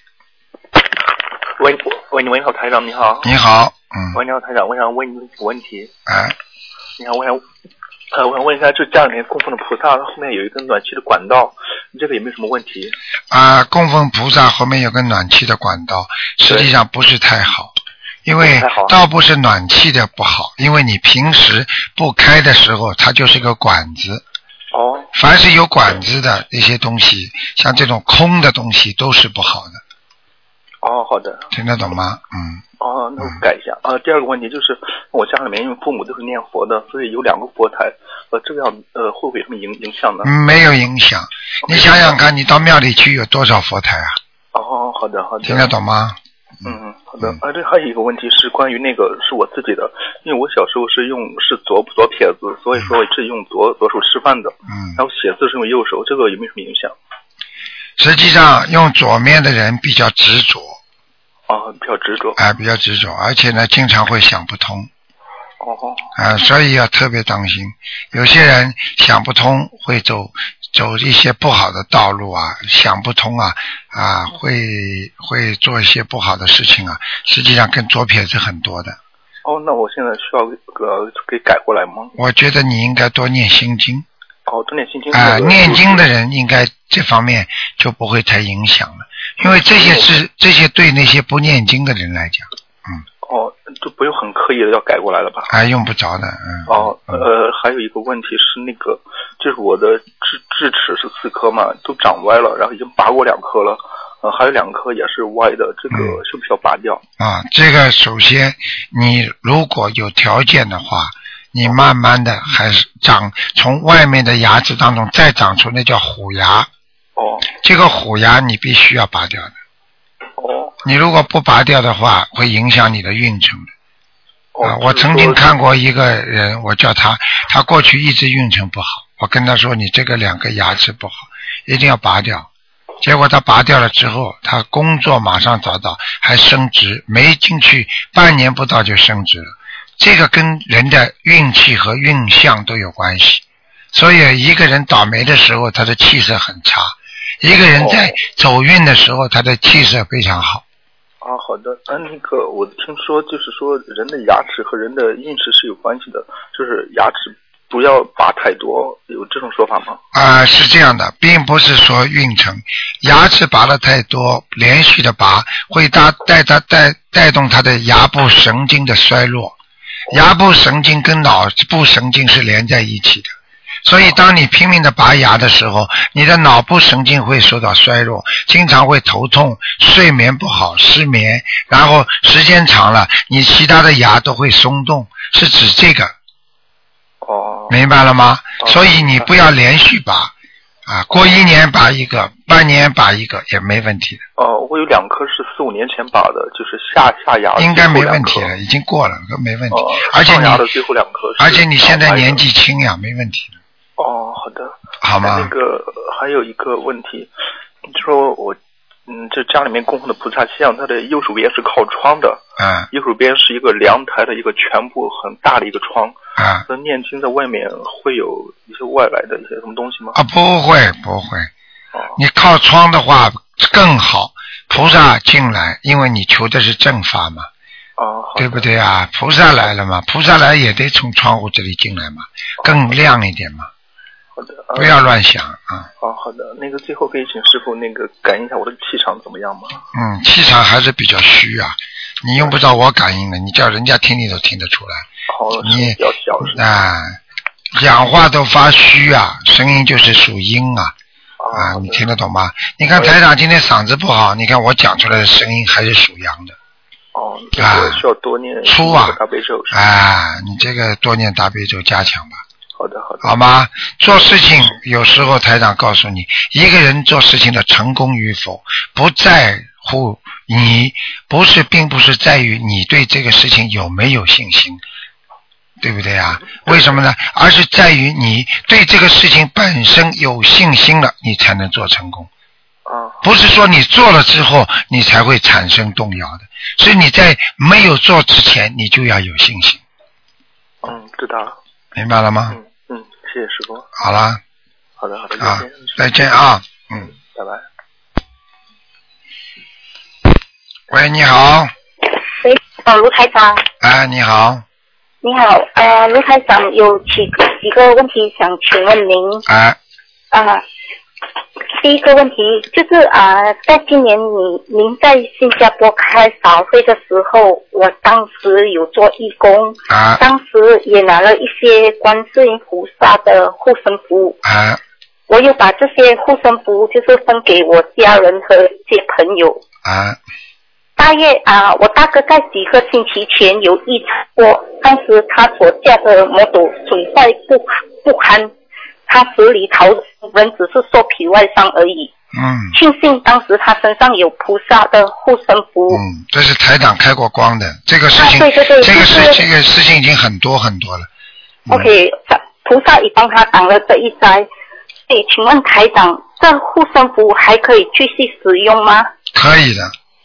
Speaker 9: 喂喂，你喂，你好，台长，你好。
Speaker 2: 你好，嗯，
Speaker 9: 喂，你好，台长，我想问你几个问题。
Speaker 2: 哎，
Speaker 9: 你好，我想，呃，我想问一下，就家里面供奉的菩萨后面有一根暖气的管道，你这个有没有什么问题？
Speaker 2: 啊，供奉菩萨后面有个暖气的管道，实际上不是太好，因
Speaker 9: 不
Speaker 2: 为
Speaker 9: 太好
Speaker 2: 倒不是暖气的不好，因为你平时不开的时候，它就是个管子。
Speaker 9: 哦，
Speaker 2: 凡是有管子的一些东西，像这种空的东西都是不好的，
Speaker 9: 哦，好的，
Speaker 2: 听得懂吗？嗯，
Speaker 9: 哦，那我改一下。呃，第二个问题就是我家里面因为父母都是念佛的，所以有两个佛台，呃，这个要呃会不会有什么影影响呢？
Speaker 2: 嗯没有影响。你想想看，你到庙里去有多少佛台啊？
Speaker 9: 哦，好的，好的。
Speaker 2: 听得懂吗？
Speaker 9: 嗯，好的。啊，这还有一个问题是关于那个是我自己的，因为我小时候是用是左左撇子，所以说我是用左左手吃饭的，
Speaker 2: 嗯，
Speaker 9: 然后写字是用右手，这个有没有什么影响？
Speaker 2: 实际上用左面的人比较执着，
Speaker 9: 啊，比较执着。
Speaker 2: 哎、比较执着，而且呢，经常会想不通。
Speaker 9: 哦，
Speaker 2: 啊，所以要特别当心。有些人想不通，会走走一些不好的道路啊，想不通啊，啊，会会做一些不好的事情啊。实际上跟左撇子很多的。
Speaker 9: 哦，那我现在需要呃给改过来吗？
Speaker 2: 我觉得你应该多念心经
Speaker 9: 哦，多念心经。
Speaker 2: 啊、
Speaker 9: 那个
Speaker 2: 念经的人应该这方面就不会太影响了，因为这些是这些对那些不念经的人来讲，
Speaker 9: 哦，就不用很刻意的要改过来了吧？
Speaker 2: 啊，用不着的，嗯。
Speaker 9: 哦，
Speaker 2: 嗯
Speaker 9: 呃，还有一个问题是那个，就是我的智智齿是四颗嘛，都长歪了，然后已经拔过两颗了，呃，还有两颗也是歪的，这个
Speaker 2: 嗯
Speaker 9: 需不需要拔掉？
Speaker 2: 啊，这个首先你如果有条件的话，你慢慢的还是长从外面的牙齿当中再长出那叫虎牙，
Speaker 9: 哦
Speaker 2: 这个虎牙你必须要拔掉的。
Speaker 9: 哦
Speaker 2: 你如果不拔掉的话，会影响你的运程的。
Speaker 9: 哦
Speaker 10: 后
Speaker 2: 啊，我曾经看过一个人，我叫他，他过去一直运程不好，我跟他说你这个两个牙齿不好，一定要拔掉。结果他拔掉了之后，他工作马上找到，还升职，没进去半年不到就升职了。这个跟人的运气和运相都有关系，所以一个人倒霉的时候，他的气色很差；一个人在
Speaker 9: 哦
Speaker 2: 走运的时候，他的气色非常好。
Speaker 9: 啊，好的。啊，那个，我听说就是说，人的牙齿和人的运势是有关系的，就是牙齿不要拔太多，有这种说法吗？
Speaker 2: 啊、是这样的，并不是说运程，牙齿拔的太多，连续的拔会搭带它带带动它的牙部神经的衰弱，牙部神经跟脑部神经是连在一起的，所以当你拼命的拔牙的时候，你的脑部神经会受到衰弱，经常会头痛、睡眠不好、失眠，然后时间长了，你其他的牙都会松动，是指这个。
Speaker 9: 哦，
Speaker 2: 明白了吗？
Speaker 9: 哦
Speaker 2: 所以你不要连续拔，啊，过一年拔一个，半年拔一个也没问题的，
Speaker 9: 哦、我有两颗是四五年前拔的，就是下下牙
Speaker 2: 应该没问题
Speaker 9: 最后
Speaker 2: 了，
Speaker 9: 两颗
Speaker 2: 已经过了，没问题
Speaker 9: 哦。
Speaker 2: 而且
Speaker 9: 上
Speaker 2: 你
Speaker 9: 牙的最后两颗，
Speaker 2: 而且你现在年。纪轻呀，没问题的，
Speaker 9: 哦，好的。
Speaker 2: 好
Speaker 9: 那
Speaker 2: 吗？
Speaker 9: 个还有一个问题，就说我，嗯，这家里面供奉的菩萨像，它的右手边是靠窗的，
Speaker 2: 嗯
Speaker 9: 右手边是一个凉台的一个全部很大的一个窗。
Speaker 2: 啊
Speaker 9: 那念经在外面会有一些外来的一些什么东西吗？
Speaker 2: 啊，不会不会，
Speaker 9: 哦
Speaker 2: 你靠窗的话更好，菩萨进来，因为你求的是正法嘛。
Speaker 9: 哦，好的
Speaker 2: 对不？对啊？菩萨来了嘛，菩萨来也得从窗户这里进来嘛，更亮一点嘛，
Speaker 9: 好的，
Speaker 2: 不
Speaker 9: 啊
Speaker 2: 要乱想啊。
Speaker 9: 哦，好的。那个最后可以请师傅那个感应一下我的气场怎么样吗？
Speaker 2: 嗯，气场还是比较虚啊，你用不着我感应的，你叫人家听你都听得出来。
Speaker 9: 好，声
Speaker 2: 你
Speaker 9: 音比较小是吧？
Speaker 2: 啊，讲话都发虚啊，声音就是属阴啊
Speaker 9: 啊
Speaker 2: 啊，
Speaker 9: 好
Speaker 2: 你
Speaker 9: 的
Speaker 2: 听得懂吗？你看台长今天嗓子不好，你看我讲出来的声音还是属阳的
Speaker 9: 哦，那个需要多念
Speaker 2: 粗啊
Speaker 9: 大悲咒。是吧
Speaker 2: 啊，你这个多念大悲咒加强吧，
Speaker 9: 好的，好的。
Speaker 2: 好吗？做事情有时候台长告诉你，一个人做事情的成功与否，不在乎你，不是，并不是在于你对这个事情有没有信心，对不对啊？为什么呢？而是在于你对这个事情本身有信心了，你才能做成功。
Speaker 9: 啊，
Speaker 2: 不是说你做了之后你才会产生动摇的，是你在没有做之前你就要有信心，
Speaker 9: 嗯，知道了。
Speaker 2: 明白了吗？
Speaker 9: 嗯嗯，谢谢师傅。
Speaker 2: 好啦，
Speaker 9: 好的，好的，
Speaker 2: 啊再
Speaker 9: 再见，，
Speaker 2: 见啊，嗯。
Speaker 9: 拜拜。
Speaker 2: 喂，你好，
Speaker 6: 喂，呃，卢台长，
Speaker 2: 哎，你好，
Speaker 6: 你好，呃，卢台长有几个几个问题想请问您
Speaker 2: 哎，
Speaker 6: 啊、第一个问题就是啊、在今年您您在新加坡开法会的时候，我当时有做义工，
Speaker 2: 啊，
Speaker 6: 当时也拿了一些观世音菩萨的护身符，
Speaker 2: 哎，
Speaker 6: 我有把这些护身符就是分给我家人和一些朋友。
Speaker 2: 哎，
Speaker 6: 大约啊，我大哥在几个星期前有一次过，当时他所驾的摩托损坏不不堪，他死里逃生，人只是受皮外伤而已。
Speaker 2: 嗯，
Speaker 6: 庆幸当时他身上有菩萨的护身符。
Speaker 2: 嗯，这是台长开过光的，这个事情，
Speaker 6: 啊对对对
Speaker 2: 这个
Speaker 6: 就
Speaker 2: 事，
Speaker 6: 是
Speaker 2: 这个事情已经很多很多了。嗯
Speaker 6: OK，菩萨已帮他挡了这一灾。对，请问台长，这护身符还可以继续使用吗？
Speaker 2: 可以的。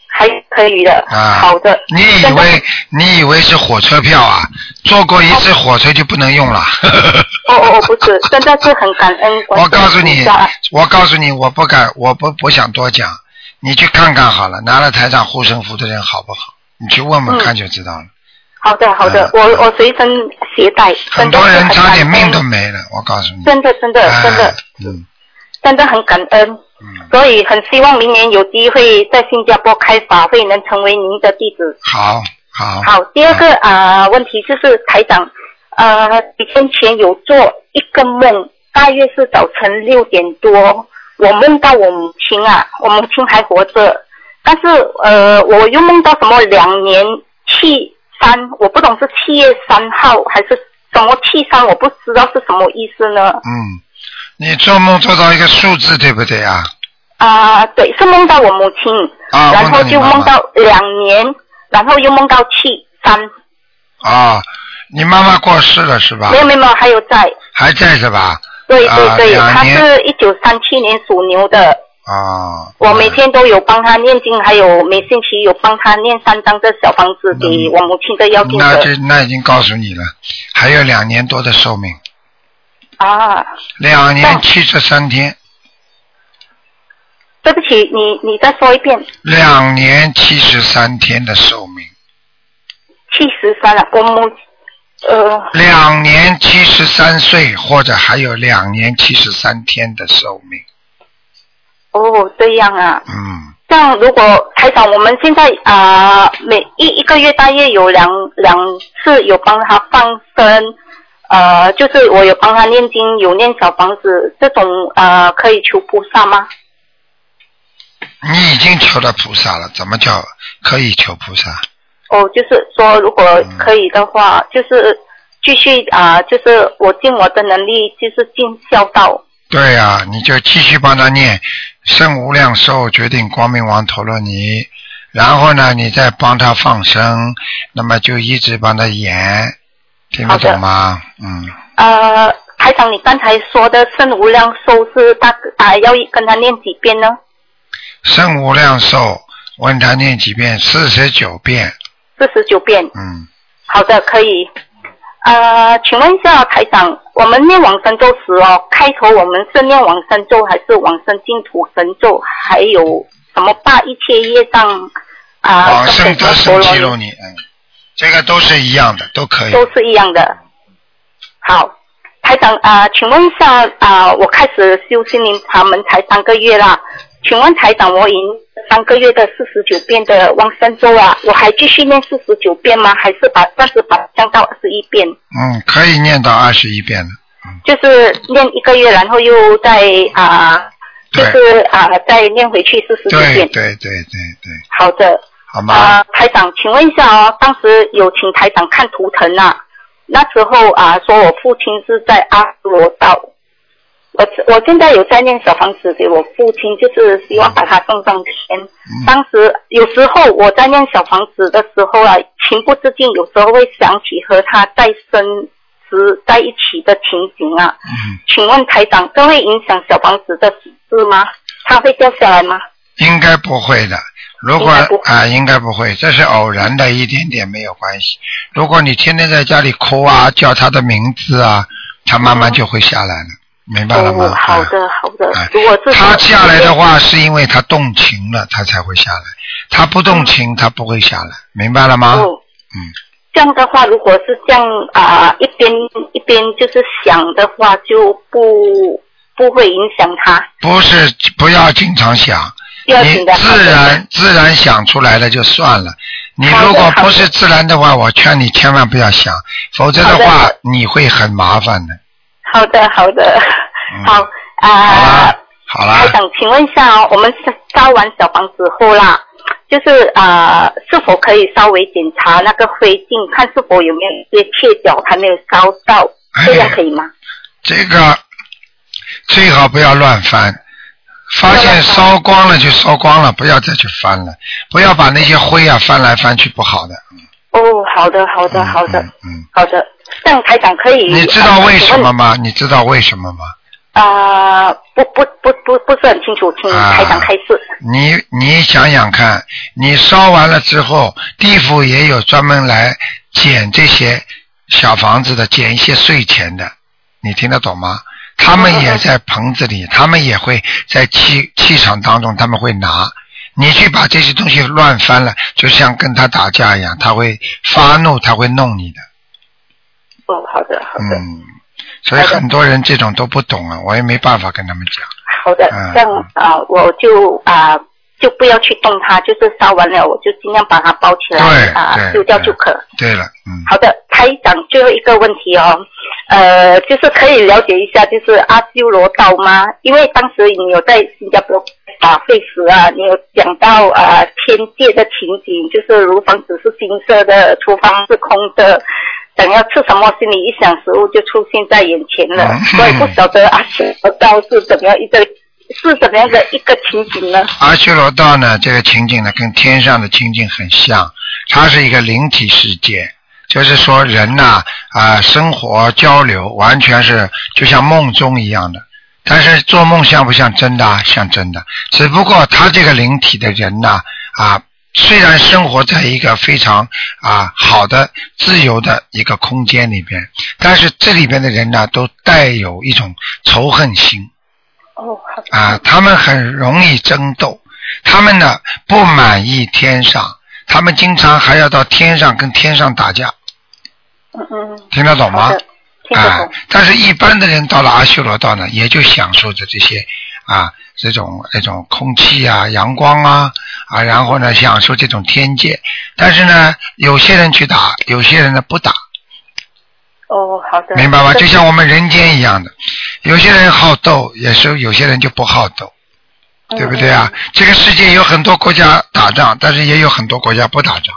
Speaker 6: 还可以的。
Speaker 2: 啊
Speaker 6: 好的。
Speaker 2: 你以
Speaker 6: 真的
Speaker 2: 为你以为是火车票啊？坐过一次火车就不能用了？
Speaker 6: 哦哦哦，不是，真的是很感恩观世
Speaker 2: 我
Speaker 6: 音菩萨。
Speaker 2: 告诉你，我告诉你，我不敢，我不不想多讲，你去看看好了，拿了台长护身符的人好不好？你去问问
Speaker 6: 嗯
Speaker 2: 看就知道了。
Speaker 6: 好的，好的，
Speaker 2: 啊
Speaker 6: 我我随身携带，
Speaker 2: 很
Speaker 6: 真的
Speaker 2: 多
Speaker 6: 是
Speaker 2: 人差点
Speaker 6: 感
Speaker 2: 命
Speaker 6: 恩
Speaker 2: 都没了，我告诉你。
Speaker 6: 真的真的真的
Speaker 2: 哎嗯
Speaker 6: 真的很感恩，
Speaker 2: 嗯，
Speaker 6: 所以很希望明年有机会在新加坡开法会，能成为您的弟子。
Speaker 2: 好，好，
Speaker 6: 好，第二个啊、问题就是台长，呃，几天前有做一个梦，大约是早晨六点多，我梦到我母亲啊，我母亲还活着，但是呃，我又梦到什么两年七三，我不懂是七月三号还是什么七三，我不知道是什么意思呢？
Speaker 2: 嗯，你做梦做到一个数字，对不对啊？
Speaker 6: 啊、对，是梦到我母亲，
Speaker 2: 啊，
Speaker 6: 然
Speaker 2: 梦到
Speaker 6: 后
Speaker 2: 你
Speaker 6: 就
Speaker 2: 妈
Speaker 6: 梦
Speaker 2: 妈
Speaker 6: 到两年，然后又梦到七三，
Speaker 2: 啊，你妈妈过世了是吧
Speaker 6: 没？有没有，还有在，
Speaker 2: 还在是吧？
Speaker 6: 对
Speaker 2: 啊
Speaker 6: 对对，
Speaker 2: 两
Speaker 6: 他
Speaker 2: 年
Speaker 6: 是一九三七年属牛的，
Speaker 2: 啊，
Speaker 6: 我每天都有帮他念经，还有每星期有帮他念三张的小房子给我母亲的要
Speaker 2: 嗯
Speaker 6: 经
Speaker 2: 那就
Speaker 6: 者
Speaker 2: 那已经告诉你了，还有两年多的寿命，
Speaker 6: 啊。
Speaker 2: 两年七十三天，
Speaker 6: 对不起，你你再说一遍，
Speaker 2: 两年七十三天的寿命，
Speaker 6: 七十三啊了，我母呃
Speaker 2: 两年七十三岁或者还有两年七十三天的寿命，
Speaker 6: 哦这样啊，
Speaker 2: 嗯，
Speaker 6: 这样如果台长，我们现在啊、每一一个月大约有两两次有帮他放生，呃，就是我有帮他念经，有念小房子，这种呃可以求菩萨吗？
Speaker 2: 你已经求到菩萨了，怎么叫可以求菩萨？
Speaker 6: 哦，就是说如果可以的话，就是继续啊、就是我尽我的能力，就是尽孝道。
Speaker 2: 对呀、你就继续帮他念《圣无量寿决定光明王陀罗尼》，然后呢，你再帮他放生，那么就一直帮他演，听得懂吗？嗯，
Speaker 6: 呃，台长，你刚才说的圣无量寿是大啊、要跟他念几遍呢？
Speaker 2: 圣无量寿，问他念几遍？四十九遍。
Speaker 6: 四十九遍。
Speaker 2: 嗯，
Speaker 6: 好的，可以。呃，请问一下台长，我们念往生咒时哦，开头我们是念往生咒还是往生净土神咒？还有什么罢一切业障啊？
Speaker 2: 往
Speaker 6: 跟
Speaker 2: 生
Speaker 6: 佛
Speaker 2: 得
Speaker 6: 陀
Speaker 2: 生
Speaker 6: 罗
Speaker 2: 记
Speaker 6: 尼
Speaker 2: 录你，嗯，这个都是一样的，都可以。
Speaker 6: 都是一样的。好，台长啊、呃请问一下啊、呃我开始修心灵法门才三个月啦，请问台长，我已经三个月的四十九遍的往生咒啊，我还继续念四十九遍吗？还是把暂时把它降到二十一遍？
Speaker 2: 嗯，可以念到二十一遍了。
Speaker 6: 就是念一个月，然后又再啊、就
Speaker 2: 对
Speaker 6: 是啊、再念回去四十九
Speaker 2: 对对
Speaker 6: 遍。
Speaker 2: 对对对，
Speaker 6: 好的。
Speaker 2: 好吗？
Speaker 6: 啊、台长，请问一下哦，当时有请台长看图腾啊，那时候啊、说我父亲是在阿罗道，我我现在有在念小房子给我父亲，就是希望把他送上天。
Speaker 2: 嗯
Speaker 6: 当时有时候我在念小房子的时候啊，情不自禁，有时候会想起和他再生时在一起的情景啊。
Speaker 2: 嗯
Speaker 6: 请问台长，这会影响小房子的事吗？它会掉下来吗？
Speaker 2: 应该不会的。如果
Speaker 6: 应该不
Speaker 2: 啊，应该不会，这是偶然的一点点没有关系。如果你天天在家里哭
Speaker 6: 嗯
Speaker 2: 啊，叫他的名字啊，他慢慢就会下来了，明白了吗？
Speaker 6: 哦，好
Speaker 2: 啊
Speaker 6: 的，好的
Speaker 2: 哎。
Speaker 6: 如果是
Speaker 2: 他下来的话，是因为他动情了，他才会下来。他不动情，他不会下来，明白了吗？
Speaker 6: 嗯哦，
Speaker 2: 嗯，
Speaker 6: 这样的话，如果是这样啊、一边一边就是想的话，就不不会影响他。
Speaker 2: 不是，不要经常想，
Speaker 6: 不要
Speaker 2: 你
Speaker 6: 紧的
Speaker 2: 自然自然想出来了就算了。你
Speaker 6: 好的
Speaker 2: 如果
Speaker 6: 好
Speaker 2: 不
Speaker 6: 的
Speaker 2: 是自然的话，我劝你千万不要想，否则的
Speaker 6: 好的
Speaker 2: 话
Speaker 6: 好
Speaker 2: 你会很麻烦的。
Speaker 6: 好的，好的，
Speaker 2: 嗯
Speaker 6: 好
Speaker 2: 好
Speaker 6: 啊
Speaker 2: 啦。好啦
Speaker 6: 台，长，请问一下哦，我们是烧完小房子后啦，就是啊、是否可以稍微检查那个灰烬，看是否有没有一些切角还没有烧到，
Speaker 2: 哎
Speaker 6: 这样可以吗？
Speaker 2: 这个最好不要乱翻，发现烧光了就烧光了，不要再去翻了，不要把那些灰啊翻来翻去，不好的。
Speaker 6: 哦，好的，好的，
Speaker 2: 嗯
Speaker 6: 好的，
Speaker 2: 嗯嗯，
Speaker 6: 好的。这样台长可以。
Speaker 2: 你知道为什
Speaker 6: 呃
Speaker 2: 么？吗？你知道为什么吗？
Speaker 6: 啊、不不不不不是很清楚，请
Speaker 2: 啊
Speaker 6: 台长嗯开示。
Speaker 2: 你你想想看，你烧完了之后，地府也有专门来捡这些小房子的，捡一些碎钱的，你听得懂吗？他们也在棚子
Speaker 6: 嗯
Speaker 2: 里，他们也会在气气场当中，他们会拿。你去把这些东西乱翻了，就像跟他打架一样，他会发怒，他会弄你的。
Speaker 6: 哦，好的，嗯好的，
Speaker 2: 嗯，所以
Speaker 6: 好的
Speaker 2: 很多人这种都不懂啊，我也没办法跟他们讲。
Speaker 6: 好的
Speaker 2: 嗯。
Speaker 6: 这样啊、我就啊、就不要去动它，就是烧完了，我就尽量把它包起来
Speaker 2: 对
Speaker 6: 啊、
Speaker 2: 对
Speaker 6: 丢掉就可。
Speaker 2: 对了，嗯，
Speaker 6: 好的，台长，最后一个问题哦，呃，就是可以了解一下，就是阿修罗道吗？因为当时你有在新加坡法会时啊，你有讲到呃天界的情景，就是如房子是金色的，厨房是空的，想要吃什么，心里一想，食物就出现在眼前了，
Speaker 2: 嗯
Speaker 6: 所以不晓得阿修罗道是怎么样一个是怎么样的一个情景呢？
Speaker 2: 阿修罗道呢，这个情景呢，跟天上的情景很像，它是一个灵体世界，就是说人呐啊、生活交流完全是就像梦中一样的。但是做梦像不像真的啊？像真的，只不过他这个灵体的人呐啊，虽然生活在一个非常啊好的自由的一个空间里边，但是这里边的人呢，都带有一种仇恨心。
Speaker 8: 哦，好的。
Speaker 2: 啊，他们很容易争斗，他们呢不满意天上，他们经常还要到天上跟天上打架，
Speaker 8: 嗯嗯，
Speaker 2: 听得懂吗
Speaker 8: 好的？听得
Speaker 2: 啊
Speaker 8: 懂。，
Speaker 2: 但是一般的人到了阿修罗道呢，也就享受着这些啊这种这种空气啊、阳光啊啊，然后呢享受这种天界。但是呢，有些人去打，有些人呢不打，
Speaker 8: 哦，好的。
Speaker 2: 明白吗？
Speaker 8: 这
Speaker 2: 就像我们人间一样的，有些人好斗，也是有些人就不好斗，
Speaker 6: 嗯
Speaker 2: 对不对啊？这个世界有很多国家打仗，但是也有很多国家不打仗，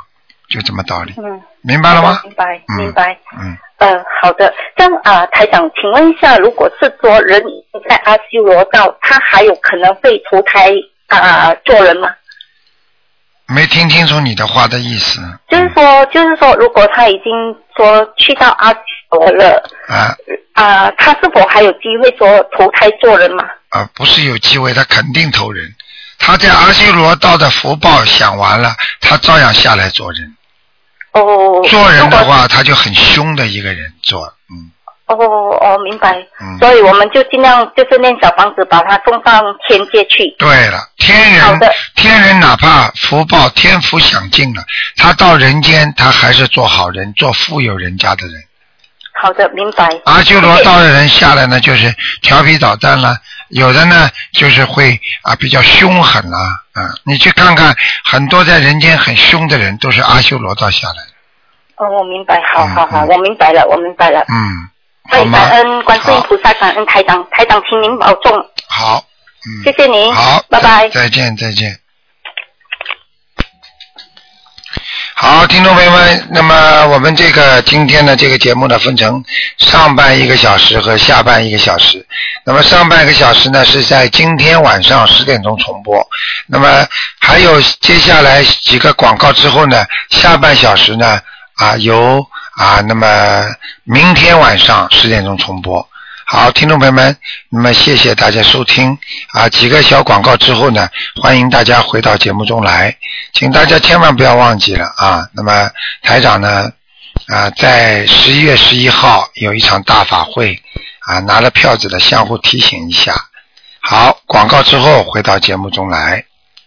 Speaker 2: 就这么道理，
Speaker 6: 嗯，
Speaker 2: 明白了吗？
Speaker 6: 明白，
Speaker 2: 嗯
Speaker 6: 明白。
Speaker 2: 嗯，
Speaker 6: 嗯，好的。这样啊、台长，请问一下，如果是说人在阿修罗道，他还有可能被投胎啊、做人吗？
Speaker 2: 没听清楚你的话的意思嗯
Speaker 6: 就是说，就是说，如果他已经说去到阿修罗了
Speaker 2: 啊
Speaker 6: 啊、他是否还有机会说投胎做人吗？
Speaker 2: 啊，不是有机会，他肯定投人。他在阿修罗道的福报享完了，他照样下来做人。
Speaker 6: 哦，
Speaker 2: 做人
Speaker 6: 如
Speaker 2: 的
Speaker 6: 果
Speaker 2: 话，他就很凶的一个人做，嗯
Speaker 6: 哦哦，明白。
Speaker 2: 嗯。
Speaker 6: 所以我们就尽量就是念小房子，把它送上天界去。
Speaker 2: 对了，天
Speaker 6: 好
Speaker 2: 人
Speaker 6: 的
Speaker 2: 天人哪怕福报天福享尽了，他到人间他还是做好人，做富有人家的人。
Speaker 6: 好的，明白。
Speaker 2: 阿修罗道的人下来呢，就是调皮捣蛋啦，有的呢就是会啊比较凶狠啦，啊、你去看看很多在人间很凶的人都是阿修罗道下来的，
Speaker 6: 哦，我明白，好好好，
Speaker 2: 嗯嗯
Speaker 6: 我明白了，我明白了。
Speaker 2: 嗯，好
Speaker 6: 哎，
Speaker 2: 吗
Speaker 6: 感？恩观世音
Speaker 2: 好
Speaker 6: 菩萨，感恩台长，台长，请您保重，
Speaker 2: 好，嗯
Speaker 6: 谢谢您，
Speaker 2: 好，
Speaker 6: 拜拜。
Speaker 2: 再见，再见。好，听众朋友们，那么我们这个今天的这个节目呢，分成上半一个小时和下半一个小时。那么上半个小时呢是在今天晚上十点钟重播，那么还有接下来几个广告之后呢，下半小时呢啊由啊那么明天晚上十点钟重播。好，听众朋友们，那么谢谢大家收听啊，几个小广告之后呢，欢迎大家回到节目中来，请大家千万不要忘记了啊。那么台长呢，啊，在十一月十一号有一场大法会啊，拿了票子的相互提醒一下。好，广告之后回到节目中来。